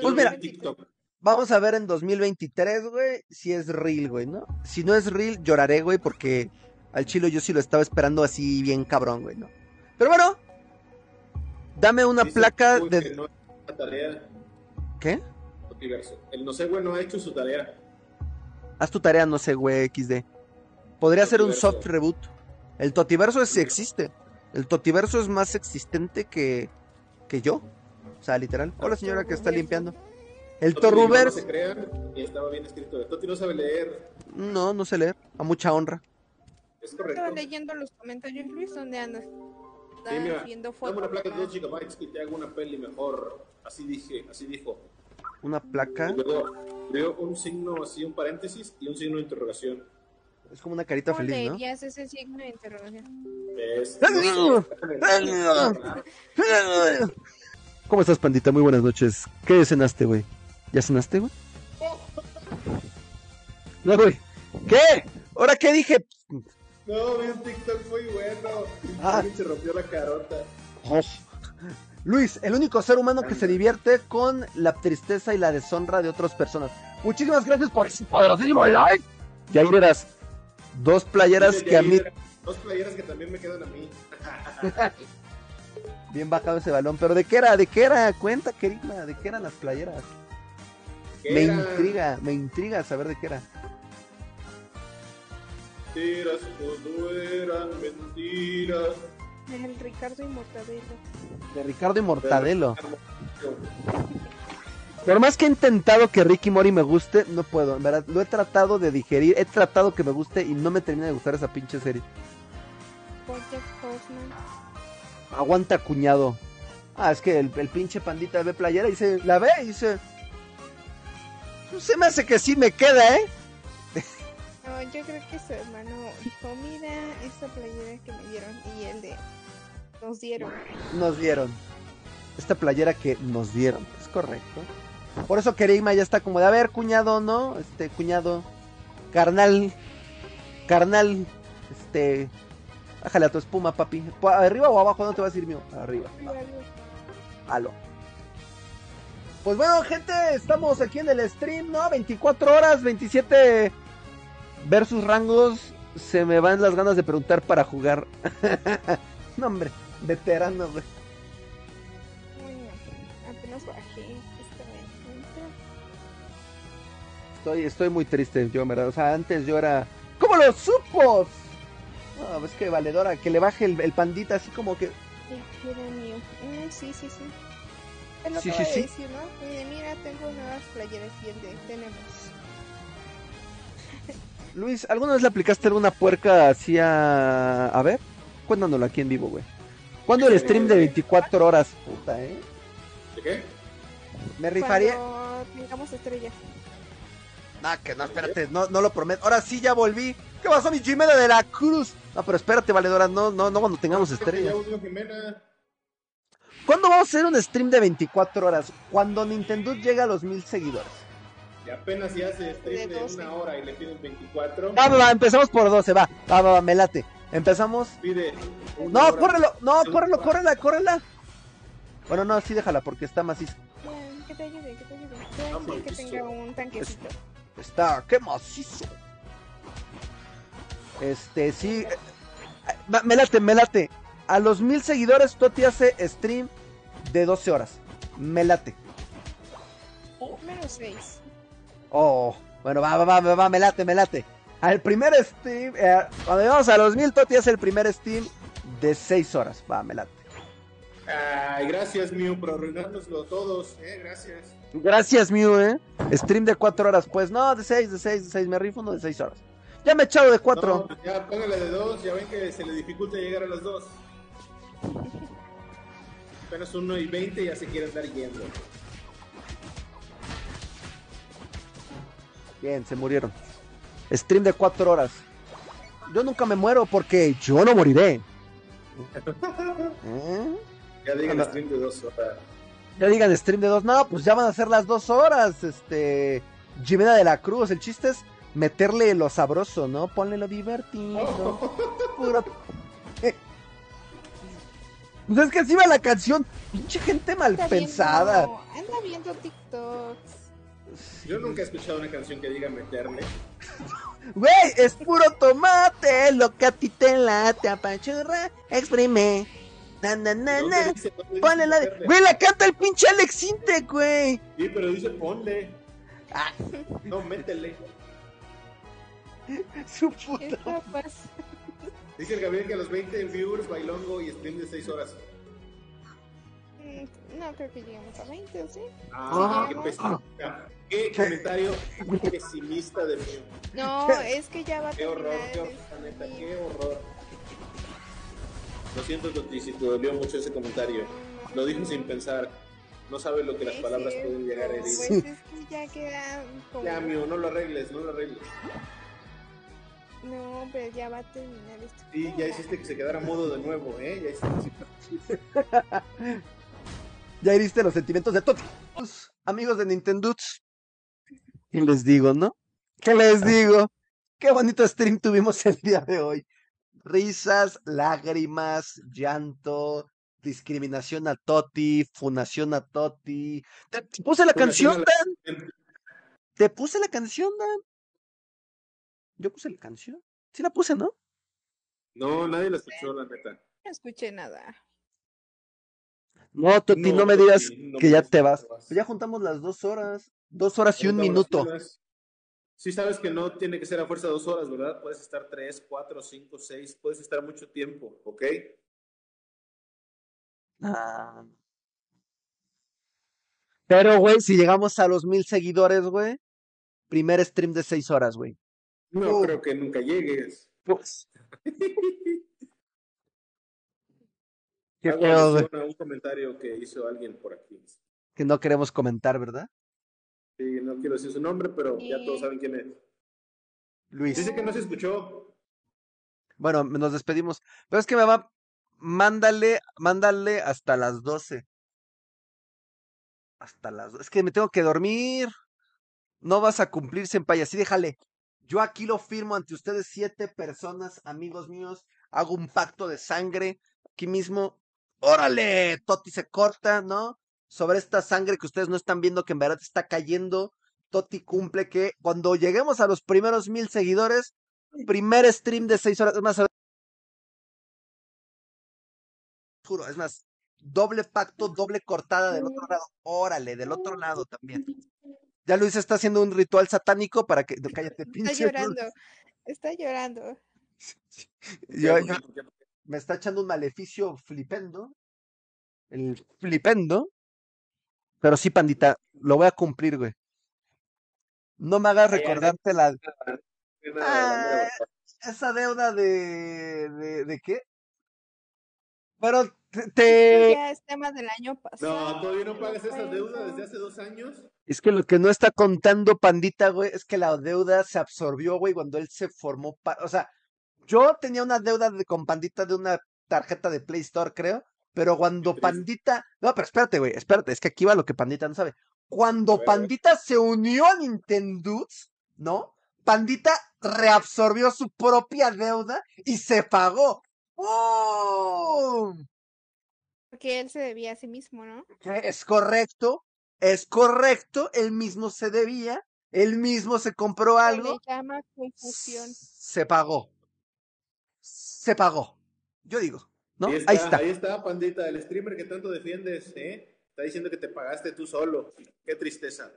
[SPEAKER 1] Pues mira.
[SPEAKER 3] en TikTok.
[SPEAKER 1] Vamos a ver en 2023, güey, si es real, güey, ¿no? Si no es real, lloraré, güey, porque al chilo yo sí lo estaba esperando así bien cabrón, güey, ¿no? Pero bueno, dame una
[SPEAKER 3] Dice,
[SPEAKER 1] placa
[SPEAKER 3] uy,
[SPEAKER 1] de...
[SPEAKER 3] que no ha hecho la tarea.
[SPEAKER 1] ¿Qué?
[SPEAKER 3] Multiverso. El no sé, güey, no ha hecho su tarea.
[SPEAKER 1] Haz tu tarea, no sé, güey, XD. Podría ser un soft
[SPEAKER 3] Totiverso.
[SPEAKER 1] reboot. El Totiverso sí existe. El Totiverso es más existente que, que yo. O sea, literal. Hola, señora que está limpiando. El
[SPEAKER 3] Toti dijo, No
[SPEAKER 1] Torruverso...
[SPEAKER 3] se crean. Y estaba bien escrito. Toti no sabe leer.
[SPEAKER 1] No, no sé leer. A mucha honra.
[SPEAKER 3] Es
[SPEAKER 2] Estaba
[SPEAKER 3] correcto.
[SPEAKER 2] leyendo los comentarios, Luis, donde andas.
[SPEAKER 3] Sí,
[SPEAKER 2] Estás
[SPEAKER 3] mira,
[SPEAKER 2] viendo
[SPEAKER 3] dame
[SPEAKER 2] fotos.
[SPEAKER 3] una placa de 2
[SPEAKER 2] ¿verdad?
[SPEAKER 3] GB y te hago una peli mejor. Así dije, así dijo.
[SPEAKER 1] Una placa.
[SPEAKER 3] Y luego veo un signo así, un paréntesis y un signo de interrogación.
[SPEAKER 1] Es como una carita
[SPEAKER 2] ¿Cómo
[SPEAKER 1] feliz, ¿no?
[SPEAKER 2] leerías ese signo de interrogación?
[SPEAKER 1] *laughs*
[SPEAKER 3] Es-
[SPEAKER 1] *laughs* ¿Cómo estás, pandita? Muy buenas noches. ¿Qué cenaste, güey? ¿Ya cenaste, güey? No, güey. ¿Qué? ¿Ahora qué dije?
[SPEAKER 3] No, vi un TikTok muy bueno.
[SPEAKER 1] Ah.
[SPEAKER 3] Alguien se rompió la carota.
[SPEAKER 1] Luis, el único ser humano que se divierte con la tristeza y la deshonra de otras personas. Muchísimas gracias por ese poderosísimo like. Y ahí verás dos playeras
[SPEAKER 3] Dice
[SPEAKER 1] que a mí...
[SPEAKER 3] Jair, Dos playeras que también me quedan a mí.
[SPEAKER 1] Bien bajado ese balón, pero ¿de qué era? ¿De qué era? Cuenta, querida, ¿de qué eran las playeras?
[SPEAKER 3] Que
[SPEAKER 1] Me
[SPEAKER 3] eran
[SPEAKER 1] intriga, me intriga saber de qué era.
[SPEAKER 3] Mentiras, todo eran mentiras.
[SPEAKER 2] El Ricardo y Mortadelo.
[SPEAKER 1] De Ricardo y Mortadelo. Por más que he intentado que Ricky Mori me guste, no puedo. En verdad, lo he tratado de digerir, he tratado que me guste y no me termina de gustar esa pinche serie.
[SPEAKER 2] Bojack Horseman.
[SPEAKER 1] Aguanta, cuñado. Ah, es que el, el pinche pandita ve playera y se la ve y dice. Pues se me hace que sí me queda, ¿eh?
[SPEAKER 2] No, yo creo que su hermano dijo, mira esta playera que me dieron y el de nos dieron.
[SPEAKER 1] Nos dieron. Esta playera que nos dieron, es correcto. Por eso Kereima ya está como de, a ver, cuñado, ¿no? Este, cuñado, carnal, carnal, este, bájale a tu espuma, papi. Pa- ¿Arriba o abajo? ¿No te vas a ir mío? Arriba.
[SPEAKER 2] Y
[SPEAKER 1] va.
[SPEAKER 2] algo.
[SPEAKER 1] Aló. Pues bueno, gente, estamos aquí en el stream, ¿no? 24 horas, 27 versus rangos. Se me van las ganas de preguntar para jugar. *laughs* no, hombre, veterano, güey.
[SPEAKER 2] Bueno, apenas bajé esta vez.
[SPEAKER 1] Estoy, estoy muy triste, yo, en verdad. O sea, antes yo era. ¿Cómo lo supos? No, pues que valedora, que le baje el, el pandita así como que.
[SPEAKER 2] Y era mío. Mm, sí, sí, sí. Te lo
[SPEAKER 1] Sí,
[SPEAKER 2] acabo
[SPEAKER 1] sí,
[SPEAKER 2] de
[SPEAKER 1] sí.
[SPEAKER 2] decir, ¿no? Fui de, mira, tengo nuevas playeras y el de tenemos.
[SPEAKER 1] Luis, ¿alguna vez le aplicaste alguna puerca así a. A ver, cuéntanoslo aquí en vivo, güey. ¿Cuándo el stream de 24 horas? Puta, eh.
[SPEAKER 3] ¿De qué?
[SPEAKER 1] Me rifaría.
[SPEAKER 2] Cuando tengamos estrella.
[SPEAKER 1] No, que no, espérate, no, no lo prometo. Ahora sí ya volví. ¿Qué pasó, mi Jimena de la Cruz? No, pero espérate, valedora, no, no, no cuando tengamos
[SPEAKER 3] Ya
[SPEAKER 1] estrellas.
[SPEAKER 3] volvió Jimena.
[SPEAKER 1] ¿Cuándo vamos a hacer un stream de 24 horas? Cuando Nintendo llega a los mil seguidores.
[SPEAKER 3] Y apenas si hace stream
[SPEAKER 2] De
[SPEAKER 3] de
[SPEAKER 2] 12.
[SPEAKER 3] una hora y le piden 24.
[SPEAKER 1] Va, va, va, empezamos por 12, va, va, va, va, me late. Empezamos.
[SPEAKER 3] Pide. una
[SPEAKER 1] No,
[SPEAKER 3] hora.
[SPEAKER 1] córrelo, no, córrelo, córrela, córrela. Bueno, no, sí déjala porque está macizo.
[SPEAKER 2] Bueno, que te ayude, que te ayude. Yo
[SPEAKER 3] Hombre,
[SPEAKER 2] aquí que
[SPEAKER 3] eso.
[SPEAKER 2] tenga un tanquecito.
[SPEAKER 1] Está, qué macizo. Este, sí. eh, eh, va, me late, me late. A los mil seguidores, tú te hace stream de 12 horas. Me late.
[SPEAKER 2] Menos seis.
[SPEAKER 1] Oh, bueno, va, va, va, va, va, me late, me late. Al primer stream, eh, cuando llegamos a los mil, Toti hace el primer stream de 6 horas. Va, me late.
[SPEAKER 3] Ay, gracias, mío, por arruinárnoslo todos. Eh, gracias.
[SPEAKER 1] Gracias, Mew, eh. Stream de 4 horas, pues. No, de 6, de 6, de 6. Me rifo uno de 6 horas. Ya me he echado de 4.
[SPEAKER 3] No, ya póngale de dos, ya ven que se le dificulta llegar a los dos. Apenas uno y veinte ya se quiere andar yendo.
[SPEAKER 1] Bien, se murieron. Stream de 4 horas. Yo nunca me muero porque yo no moriré. *laughs* ¿Eh?
[SPEAKER 3] Ya digan
[SPEAKER 1] Anda.
[SPEAKER 3] stream de dos horas.
[SPEAKER 1] Ya digan stream de 2. No, pues ya van a ser las 2 horas. Este. Jimena de la Cruz. El chiste es meterle lo sabroso, ¿no? Ponle lo divertido. Puro. Pues es que así va la canción. Pinche gente mal
[SPEAKER 2] Anda
[SPEAKER 1] pensada.
[SPEAKER 2] viendo- Anda viendo TikToks.
[SPEAKER 3] Yo nunca he escuchado una canción que diga meterle.
[SPEAKER 1] Güey, es puro tomate, lo que a ti te late, apachurra, exprime. Na, na, na,
[SPEAKER 3] ¿Dónde
[SPEAKER 1] na.
[SPEAKER 3] dice- dónde dice
[SPEAKER 1] Ponle la de...
[SPEAKER 3] meterle?
[SPEAKER 1] Güey, la canta el pinche Alex Intec, güey.
[SPEAKER 3] Sí, pero dice ponle.
[SPEAKER 1] Ah.
[SPEAKER 3] No, métele.
[SPEAKER 1] Su puta.
[SPEAKER 2] Esta pasa.
[SPEAKER 3] Dice el Gabriel que a los 20 viewers bailongo y stream de 6 horas.
[SPEAKER 2] Mm, No creo que lleguemos a 20,
[SPEAKER 1] *laughs*
[SPEAKER 2] ¿o ¿sí?
[SPEAKER 3] Ah,
[SPEAKER 2] Ah.
[SPEAKER 3] qué pesimista. Qué comentario pesimista de mí.
[SPEAKER 2] No, es que ya va a
[SPEAKER 3] Qué horror,
[SPEAKER 2] terminar
[SPEAKER 3] qué
[SPEAKER 2] el
[SPEAKER 3] horror, la neta,
[SPEAKER 2] stream.
[SPEAKER 3] qué horror. Lo siento, Toti, si te dolió mucho ese comentario. Lo dijo sin pensar. No sabe lo que las
[SPEAKER 2] Sí,
[SPEAKER 3] palabras
[SPEAKER 2] sí,
[SPEAKER 3] pueden llegar a herir.
[SPEAKER 2] Pues es que ya queda como...
[SPEAKER 3] Ya, mío, no lo arregles, no lo arregles.
[SPEAKER 2] No, pero ya va a terminar esto.
[SPEAKER 3] Sí, ya este. hiciste que se quedara mudo de nuevo, ¿eh? Ya hiciste
[SPEAKER 1] Ya heriste los sentimientos de todos. Amigos de Nintendo. ¿Qué les digo, no? ¿Qué
[SPEAKER 3] Ah.
[SPEAKER 1] les digo? Qué bonito stream tuvimos el día de hoy. Risas, lágrimas, llanto, discriminación a Toti, funación a Toti. Te te puse la
[SPEAKER 3] Funación
[SPEAKER 1] canción,
[SPEAKER 3] a la
[SPEAKER 1] Dan. Te puse la canción, Dan. Yo puse la canción. Sí la puse, ¿no?
[SPEAKER 3] No, nadie la escuchó, la neta.
[SPEAKER 2] No escuché nada.
[SPEAKER 1] No, Toti, no, me
[SPEAKER 3] Toti,
[SPEAKER 1] digas
[SPEAKER 3] no
[SPEAKER 1] que
[SPEAKER 3] me
[SPEAKER 1] ya
[SPEAKER 3] digas
[SPEAKER 1] te
[SPEAKER 3] que
[SPEAKER 1] vas. Ya juntamos las dos horas. Dos horas y un
[SPEAKER 3] Ahorita vamos a
[SPEAKER 1] minuto.
[SPEAKER 3] hacer unas- Sí sabes que no tiene que ser a fuerza dos horas, ¿verdad? Puedes estar tres, cuatro, cinco, seis, puedes estar mucho tiempo, ¿ok?
[SPEAKER 1] Ah. Pero, güey, si llegamos a los mil seguidores, güey, primer stream de seis horas, güey.
[SPEAKER 3] No
[SPEAKER 1] Uh.
[SPEAKER 3] creo que nunca llegues.
[SPEAKER 1] Pues.
[SPEAKER 3] *laughs*
[SPEAKER 1] Qué
[SPEAKER 3] Hago
[SPEAKER 1] feo, güey.
[SPEAKER 3] alusión a un comentario que hizo alguien por aquí.
[SPEAKER 1] Que no queremos comentar, ¿verdad?
[SPEAKER 3] Sí, no quiero decir su nombre, pero ya
[SPEAKER 2] Y-
[SPEAKER 3] todos saben quién es.
[SPEAKER 1] Luis.
[SPEAKER 3] Dice que no se escuchó.
[SPEAKER 1] Bueno, nos despedimos. Pero es que me va. Mándale, mándale hasta las 12. Hasta las 12. Es que me tengo que dormir. No vas a cumplir, Senpai. Así déjale. Yo aquí lo firmo ante ustedes, siete personas, amigos míos. Hago un pacto de sangre aquí mismo. ¡Órale! Toti se corta, ¿no? Sobre esta sangre que ustedes no están viendo, que en verdad está cayendo. Toti cumple que cuando lleguemos a los primeros mil seguidores, primer stream de seis horas. Es más, juro, es más, doble pacto, doble cortada del otro lado. Órale, del
[SPEAKER 2] Oh.
[SPEAKER 1] otro lado
[SPEAKER 2] *laughs*
[SPEAKER 1] también. Ya Luis está haciendo un ritual satánico para que. no, Cállate,
[SPEAKER 2] Está
[SPEAKER 1] pinche. Rulo.
[SPEAKER 2] llorando. Está llorando.
[SPEAKER 1] Yo- yo- me está echando un maleficio flipendo. El flipendo. Pero sí, pandita, lo voy a cumplir, güey. No me hagas
[SPEAKER 3] Ay, ay, ay.
[SPEAKER 1] recordarte la,
[SPEAKER 3] Tiene nada de bandera, güey.
[SPEAKER 1] esa deuda de, de, de qué? Pero te,
[SPEAKER 2] Eso
[SPEAKER 1] te-
[SPEAKER 2] ya es tema del año pasado.
[SPEAKER 3] Eh, No, todavía no pagas esa
[SPEAKER 2] Pues,
[SPEAKER 3] deuda
[SPEAKER 2] no.
[SPEAKER 3] desde hace dos años.
[SPEAKER 1] Es que lo que no está contando Pandita, güey, es que la deuda se absorbió, güey, cuando él se formó. pa- O sea, yo tenía una deuda de- con Pandita de una tarjeta de Play Store, creo. Pero cuando
[SPEAKER 3] Tres.
[SPEAKER 1] Pandita. No, pero espérate, güey, espérate, es que aquí va lo que Pandita no sabe. Cuando
[SPEAKER 3] A ver, a ver.
[SPEAKER 1] Pandita se unió a Nintendo, ¿no? Pandita reabsorbió su propia deuda y se pagó. ¡Bum!
[SPEAKER 2] Porque él se debía a sí mismo, ¿no?
[SPEAKER 1] que Es correcto, es correcto, él mismo se debía, él mismo se compró
[SPEAKER 2] Se
[SPEAKER 1] algo,
[SPEAKER 2] Le llama confusión.
[SPEAKER 1] se pagó, se pagó, yo digo, ¿no?
[SPEAKER 3] Ahí
[SPEAKER 1] Ahí está,
[SPEAKER 3] Ahí está, pandita, el streamer que tanto defiendes, ¿eh? Está diciendo que te pagaste tú solo. Qué tristeza.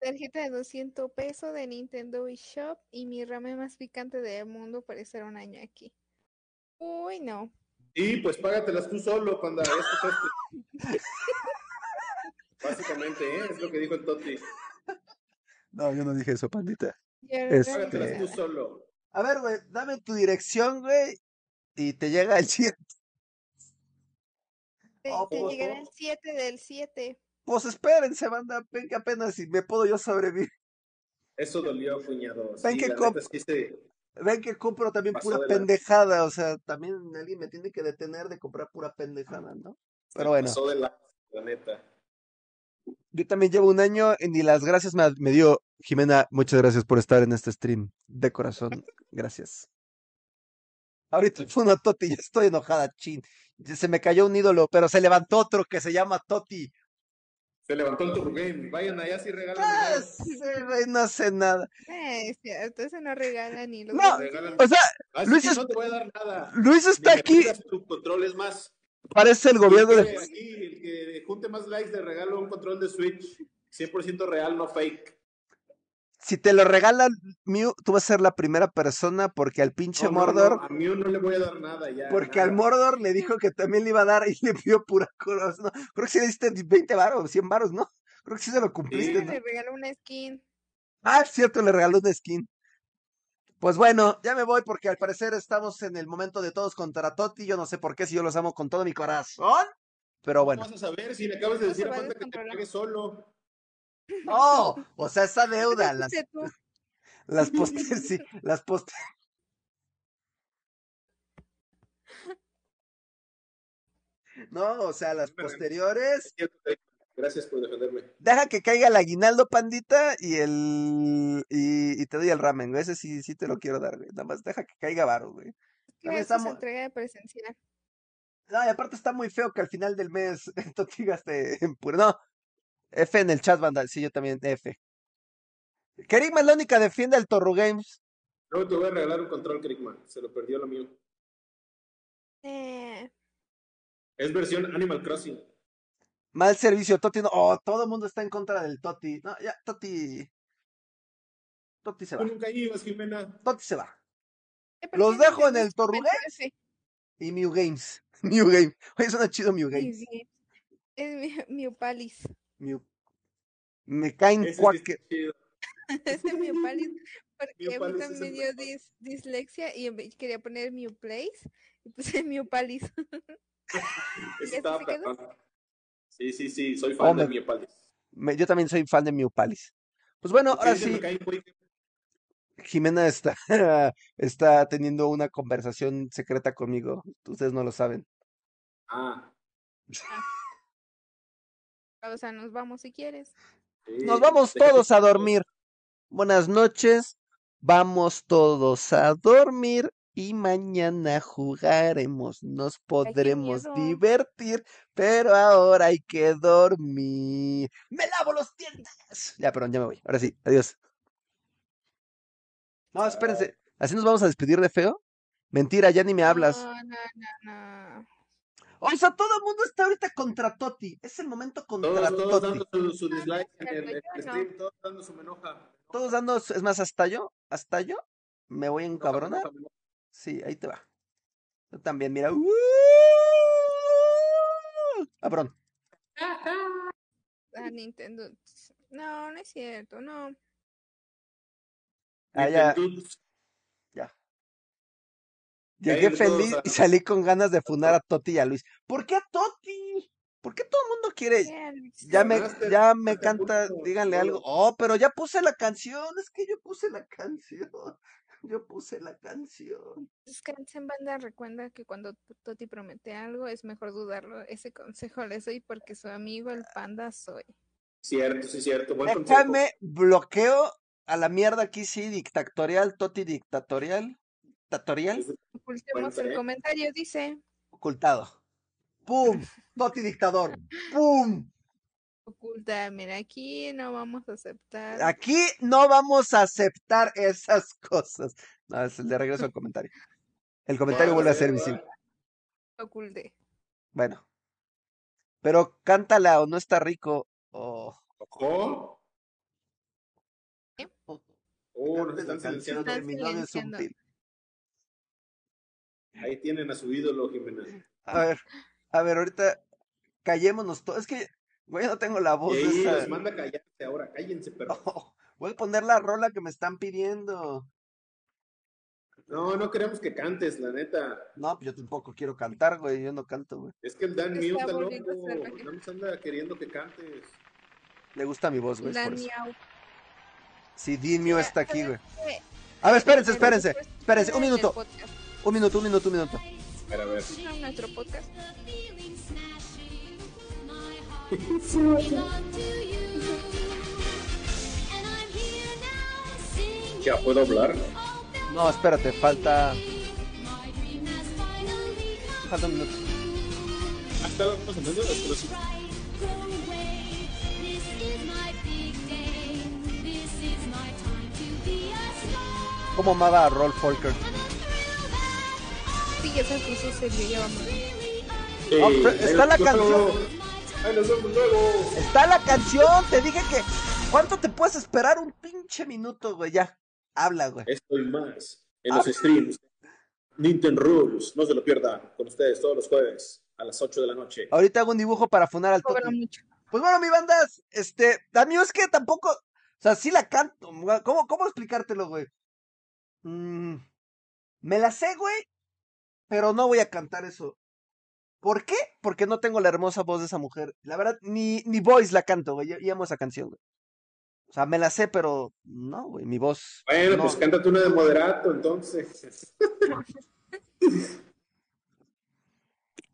[SPEAKER 2] Tarjeta de 200 pesos de Nintendo eShop y mi ramen más picante del mundo para estar un año aquí. Uy, no.
[SPEAKER 3] Y pues págatelas tú solo, panda. ya escuchaste.
[SPEAKER 1] *laughs*
[SPEAKER 3] Básicamente, ¿eh? Es lo que dijo el Toti.
[SPEAKER 1] No, yo no dije eso, pandita.
[SPEAKER 2] Yo no dije
[SPEAKER 3] Págatelas tú
[SPEAKER 2] nada.
[SPEAKER 3] solo.
[SPEAKER 1] A ver, güey, dame tu dirección, güey, y te llega el siguiente.
[SPEAKER 2] Te,
[SPEAKER 1] Oh,
[SPEAKER 2] te
[SPEAKER 1] oh,
[SPEAKER 2] llegará
[SPEAKER 1] oh.
[SPEAKER 2] el 7 del 7.
[SPEAKER 1] Pues espérense, banda, ven que apenas si me puedo yo sobrevivir.
[SPEAKER 3] Eso dolió, cuñado.
[SPEAKER 1] Ven
[SPEAKER 3] Sí,
[SPEAKER 1] que
[SPEAKER 3] la
[SPEAKER 1] comp-
[SPEAKER 3] neta sí se-
[SPEAKER 1] Ven que compro también
[SPEAKER 3] Pasó
[SPEAKER 1] pura
[SPEAKER 3] de lanza.
[SPEAKER 1] pendejada, o sea, también alguien me tiene que detener de comprar pura pendejada, ¿no? Pero bueno.
[SPEAKER 3] pasó de la, la neta.
[SPEAKER 1] Yo también llevo un año y ni las gracias me, me dio. Jimena, muchas gracias por estar en este stream. De corazón, gracias. Ahorita fue una Toti, ya estoy enojada, chin. Ya Se me cayó un ídolo, pero se levantó otro que se llama Toti.
[SPEAKER 3] Se levantó el Turbo Game. Vayan allá si regalan.
[SPEAKER 1] Ah,
[SPEAKER 3] dinero.
[SPEAKER 1] sí, güey, no hace nada.
[SPEAKER 2] Eh, sí, entonces no regala ni los
[SPEAKER 1] No.
[SPEAKER 3] Regalan-
[SPEAKER 1] O sea,
[SPEAKER 3] Ah,
[SPEAKER 1] Luis
[SPEAKER 3] sí,
[SPEAKER 1] es-
[SPEAKER 3] no te voy a dar nada.
[SPEAKER 1] Luis está
[SPEAKER 3] Ni me
[SPEAKER 1] aquí,
[SPEAKER 3] pidas tu control, es más.
[SPEAKER 1] parece el gobierno
[SPEAKER 3] Dice
[SPEAKER 1] de...
[SPEAKER 3] aquí, el que junte más likes le regalo un control de Switch. 100% real, no fake.
[SPEAKER 1] Si te lo regalan, Mew, tú vas a ser la primera persona porque al pinche
[SPEAKER 3] Oh, No, no,
[SPEAKER 1] Mordor...
[SPEAKER 3] no, a mí no le voy a dar nada ya.
[SPEAKER 1] Porque
[SPEAKER 3] nada.
[SPEAKER 1] al Mordor le dijo que también le iba a dar y *laughs* le pidió pura cosa. ¿no? Creo que sí le diste 20 varos, 100 varos, ¿no? Creo que sí se lo cumpliste,
[SPEAKER 3] Sí.
[SPEAKER 1] ¿no?
[SPEAKER 2] Le regaló una skin.
[SPEAKER 1] Ah, es cierto, le regaló una skin. Pues bueno, ya me voy porque al parecer estamos en el momento de todos contra Toti. Yo no sé por qué, si yo los amo con todo mi corazón. Pero
[SPEAKER 3] *laughs*
[SPEAKER 1] bueno.
[SPEAKER 3] ¿Cómo vas a saber si le acabas
[SPEAKER 2] No
[SPEAKER 3] de decir
[SPEAKER 2] se
[SPEAKER 3] a
[SPEAKER 2] va a
[SPEAKER 3] Panda que te
[SPEAKER 2] descontrolar.
[SPEAKER 3] pague solo?
[SPEAKER 1] ¡Oh! O sea, esa deuda, las,
[SPEAKER 2] Dice
[SPEAKER 1] *laughs*
[SPEAKER 2] tú,
[SPEAKER 1] las postes, sí, las postes. No, o sea, las posteriores.
[SPEAKER 3] Es cierto, Drake. Gracias por defenderme.
[SPEAKER 1] Deja que caiga el aguinaldo, pandita, y el y, y te doy el ramen, güey. Ese sí, sí te lo quiero dar, güey. Nada más deja que caiga varo, güey.
[SPEAKER 2] "Claro,
[SPEAKER 1] También
[SPEAKER 2] esto es
[SPEAKER 1] estamos-
[SPEAKER 2] entrega de presencial.
[SPEAKER 1] No, y aparte está muy feo que al final del mes *laughs* Toti gaste en puro. No. F en el chat, banda. Sí, yo también, F. Kerim Malónica defiende al Torru Games.
[SPEAKER 3] Luego te voy a regalar un control, Krigma. Se lo perdió lo mío.
[SPEAKER 2] Eh,
[SPEAKER 3] Es versión Animal Crossing.
[SPEAKER 1] Mal servicio, Toti. No. Oh, todo el mundo está en contra del Toti. No, ya, Toti. Toti se
[SPEAKER 3] Tú
[SPEAKER 1] va.
[SPEAKER 3] nunca ibas, Jimena.
[SPEAKER 1] Toti se va.
[SPEAKER 2] ¿eh, por
[SPEAKER 1] Los
[SPEAKER 2] qué
[SPEAKER 1] dejo en
[SPEAKER 2] Nintendo
[SPEAKER 1] el Torru Games
[SPEAKER 2] es mi
[SPEAKER 1] y Mew Games. *laughs* Mew Games. Oye, suena chido Mew Games.
[SPEAKER 2] prefe? Sí, sí. Es mi, *laughs* mi Opalis.
[SPEAKER 1] Mew. Me caen
[SPEAKER 3] Ese sí
[SPEAKER 1] cuaque.
[SPEAKER 3] está chido.
[SPEAKER 2] Es el Miopalis, porque a mí
[SPEAKER 3] Miopalis es el
[SPEAKER 2] también me dio
[SPEAKER 3] mejor.
[SPEAKER 2] dis- dislexia y en vez- quería poner Mioplace y pues puse Miopalis.
[SPEAKER 3] Ese
[SPEAKER 2] ¿Ya
[SPEAKER 3] estaba
[SPEAKER 2] se quedó?
[SPEAKER 3] perrón. Sí, sí, sí. Soy fan
[SPEAKER 1] Hombre.
[SPEAKER 3] de mi Palis.
[SPEAKER 1] Me- yo también soy fan de Miupalis. Pues bueno, ahora
[SPEAKER 3] Dicen
[SPEAKER 1] sí,
[SPEAKER 3] que hay un güey que-
[SPEAKER 1] Jimena está, *laughs* está teniendo una conversación secreta conmigo. Ustedes no lo saben.
[SPEAKER 3] Ah,
[SPEAKER 2] *laughs* O sea, nos vamos si quieres.
[SPEAKER 3] sí.
[SPEAKER 1] Nos vamos
[SPEAKER 3] Déjate-
[SPEAKER 1] todos a dormir. Buenas noches. Vamos todos a dormir y mañana jugaremos. Nos podremos
[SPEAKER 2] miedo.
[SPEAKER 1] divertir, pero ahora hay que dormir. ¡Me lavo los dientes! Ya, perdón, ya me voy. Ahora sí, adiós. No, espérense. ¿Así nos vamos a despedir de feo? Mentira, ya ni me hablas.
[SPEAKER 2] No, no, no, no.
[SPEAKER 3] Ah.
[SPEAKER 1] O sea, todo el mundo está ahorita contra Toti. Es el momento contra
[SPEAKER 3] Todos, todos
[SPEAKER 1] Toti.
[SPEAKER 3] dando su, su dislike en el,
[SPEAKER 2] Pero
[SPEAKER 3] en el
[SPEAKER 2] yo no.
[SPEAKER 3] stream, todos dando su menoja.
[SPEAKER 1] Todos dando, es más, hasta yo, hasta yo, me voy en cabrona.
[SPEAKER 3] Menoja, menoja.
[SPEAKER 1] Sí, ahí te va. Tú también, mira. uh, Ah, perdón.
[SPEAKER 2] Ah, Nintendo. No, no es cierto, no.
[SPEAKER 1] Ah, ya,
[SPEAKER 3] Dudes,
[SPEAKER 1] ya.
[SPEAKER 3] Ya
[SPEAKER 1] Llegué
[SPEAKER 3] llegué todos
[SPEAKER 1] feliz
[SPEAKER 3] a-
[SPEAKER 1] y salí con ganas de funar a Toti y a Luis. ¿Por qué a Toti? ¿Por qué todo el mundo quiere?
[SPEAKER 2] Bien,
[SPEAKER 1] Ya me,
[SPEAKER 3] Sonaste
[SPEAKER 1] ya me
[SPEAKER 3] bastante
[SPEAKER 1] canta,
[SPEAKER 3] justo,
[SPEAKER 1] díganle
[SPEAKER 3] solo.
[SPEAKER 1] algo. Oh, pero ya puse la canción. Es que yo puse la canción. *laughs* Yo puse la canción.
[SPEAKER 2] Descansa en banda, recuerda que cuando T- Toti promete algo es mejor dudarlo. Ese consejo les doy porque su amigo el panda soy.
[SPEAKER 3] ah, Cierto, sí, cierto. Buen consejo.
[SPEAKER 1] Déjame bloqueo a la mierda aquí, sí, dictatorial, Toti dictatorial, dictatorial,
[SPEAKER 2] Ocultemos
[SPEAKER 3] Bueno,
[SPEAKER 2] el
[SPEAKER 3] ¿eh?
[SPEAKER 2] comentario, dice.
[SPEAKER 1] ocultado. ¡Pum! Toti dictador. ¡Pum!
[SPEAKER 2] Oculta, mira, aquí no vamos a aceptar.
[SPEAKER 1] Aquí no vamos a aceptar esas cosas. No, es el de regreso al comentario. El comentario vuelve a ser visible.
[SPEAKER 2] Oculte.
[SPEAKER 1] Bueno. Pero cántala o no está rico. o
[SPEAKER 3] Ojo.
[SPEAKER 2] ¿Eh?
[SPEAKER 3] Oh, nos
[SPEAKER 1] Canta
[SPEAKER 3] están
[SPEAKER 1] la canción
[SPEAKER 3] silenciando.
[SPEAKER 1] de
[SPEAKER 2] Están
[SPEAKER 1] mi novio es un
[SPEAKER 2] silenciando.
[SPEAKER 1] pin.
[SPEAKER 3] Ahí tienen a su ídolo, Jimena.
[SPEAKER 1] A ver, a ver, ahorita callémonos todos. Es que, güey, no tengo la voz
[SPEAKER 3] Y
[SPEAKER 1] de
[SPEAKER 3] ahí
[SPEAKER 1] Oh, esa-
[SPEAKER 3] los manda a callarse ahora. Cállense, perro.
[SPEAKER 1] No, voy a poner la rola que me están pidiendo.
[SPEAKER 3] No, no queremos que cantes, la neta.
[SPEAKER 1] No, pues yo tampoco quiero cantar, güey. Yo no canto, güey.
[SPEAKER 3] Es que el Dan
[SPEAKER 2] Está
[SPEAKER 3] Mew está loco.
[SPEAKER 2] aburrido ese rato.
[SPEAKER 3] Vamos anda queriendo que cantes.
[SPEAKER 1] Le gusta mi voz, güey. es por eso.
[SPEAKER 2] Daniel.
[SPEAKER 1] Sí, Dimio
[SPEAKER 2] Mira,
[SPEAKER 1] está aquí, güey.
[SPEAKER 2] ¿sabes qué?
[SPEAKER 1] A ver, espérense,
[SPEAKER 2] Pero
[SPEAKER 1] espérense.
[SPEAKER 2] después
[SPEAKER 1] Espérense, un
[SPEAKER 2] en el
[SPEAKER 1] minuto.
[SPEAKER 2] "Pues, podcast.
[SPEAKER 1] Un minuto, un minuto, un minuto.
[SPEAKER 3] A ver, a ver.
[SPEAKER 2] No, en nuestro podcast.
[SPEAKER 3] *laughs* Ya puedo hablar.
[SPEAKER 1] No, espérate, falta. Falta un minuto.
[SPEAKER 3] Hasta los presentando los los-
[SPEAKER 1] ¿Cómo amaba a Rolf Folker?
[SPEAKER 2] Sí, ya se puso serio, ya vamos.
[SPEAKER 1] No,
[SPEAKER 3] Ey,
[SPEAKER 1] pero
[SPEAKER 3] ahí
[SPEAKER 1] está
[SPEAKER 3] nos
[SPEAKER 1] la
[SPEAKER 3] vemos
[SPEAKER 1] canción.
[SPEAKER 3] luego. Ahí nos vemos luego.
[SPEAKER 1] ¡Está la canción! Te dije que. ¿Cuánto te puedes esperar un pinche minuto, güey? Ya. Habla, güey.
[SPEAKER 3] Esto y más en los streams. Nintendo Rules. No se lo pierda con ustedes todos los jueves a las 8 de la noche.
[SPEAKER 1] Ahorita hago un dibujo para funar al
[SPEAKER 2] Cobra
[SPEAKER 1] Toti.
[SPEAKER 2] mucho.
[SPEAKER 1] Pues bueno, mi bandas, este, a mí es que tampoco, o sea, sí la canto, güey, ¿cómo, cómo explicártelo, güey? Mm, me la sé, güey, pero no voy a cantar eso. ¿Por qué? Porque no tengo la hermosa voz de esa mujer. La verdad, ni, ni voice la canto, güey, yo, yo amo esa canción, güey. O sea, me la sé, pero no, güey, mi voz.
[SPEAKER 3] Bueno,
[SPEAKER 1] no.
[SPEAKER 3] pues cántate una de moderato, entonces.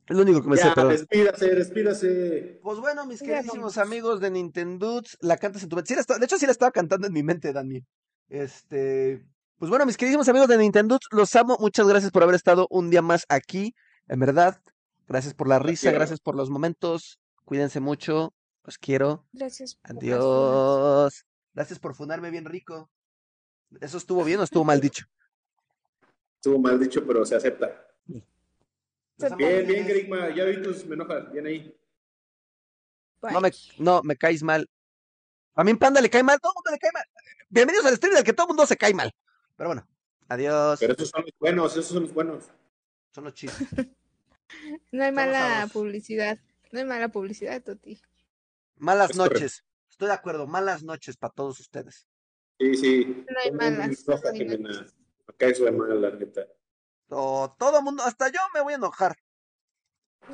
[SPEAKER 1] Es lo único que me sé,
[SPEAKER 3] ya,
[SPEAKER 1] pero...
[SPEAKER 3] despídase, despídase.
[SPEAKER 1] Pues bueno, mis
[SPEAKER 2] Ya,
[SPEAKER 1] queridísimos
[SPEAKER 2] vamos.
[SPEAKER 1] amigos de Nintendo, la cantas en tu mente. Sí la estaba- de hecho, sí la estaba cantando en mi mente, Dani. Este. Pues bueno, mis queridísimos amigos de Nintendo, los amo. Muchas gracias por haber estado un día más aquí. En verdad, gracias por la risa,
[SPEAKER 3] tierra.
[SPEAKER 1] gracias por los momentos. Cuídense mucho. Los quiero.
[SPEAKER 2] Gracias. por las funas.
[SPEAKER 1] Adiós. Gracias por funarme bien rico. ¿Eso estuvo bien o estuvo mal dicho?
[SPEAKER 3] Estuvo mal dicho, pero se acepta.
[SPEAKER 1] Los amo.
[SPEAKER 3] Bien, bien, Grigma. Ya vi tus menojas. Bien ahí.
[SPEAKER 2] Bye.
[SPEAKER 1] No me, no, me caes mal. A mí en Panda le cae mal, todo el mundo le cae mal. Bienvenidos al stream del que todo el mundo se cae mal. Pero bueno, adiós.
[SPEAKER 3] Pero esos son los buenos, esos son los buenos.
[SPEAKER 1] Son los chistes.
[SPEAKER 2] No
[SPEAKER 1] Estamos
[SPEAKER 2] hay
[SPEAKER 1] a
[SPEAKER 2] mala
[SPEAKER 1] dos.
[SPEAKER 2] publicidad. No hay mala publicidad, Toti.
[SPEAKER 1] Malas
[SPEAKER 3] Es correcto.
[SPEAKER 1] noches. Estoy de acuerdo. Malas noches para todos ustedes.
[SPEAKER 3] Sí, sí.
[SPEAKER 2] No hay
[SPEAKER 3] Una
[SPEAKER 2] malas,
[SPEAKER 3] menoja,
[SPEAKER 2] no hay
[SPEAKER 3] Jimena.
[SPEAKER 2] malas.
[SPEAKER 3] Acá es la mala, la neta.
[SPEAKER 1] O todo mundo, hasta yo me voy a enojar.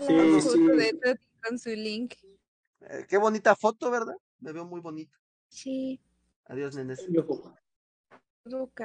[SPEAKER 3] Sí,
[SPEAKER 2] La foto
[SPEAKER 3] sí.
[SPEAKER 2] de Toti con su link.
[SPEAKER 1] Eh, qué bonita foto, ¿verdad? Me veo muy bonito.
[SPEAKER 2] Sí.
[SPEAKER 5] Adiós, nenes.
[SPEAKER 1] Yo, como.
[SPEAKER 2] Luca.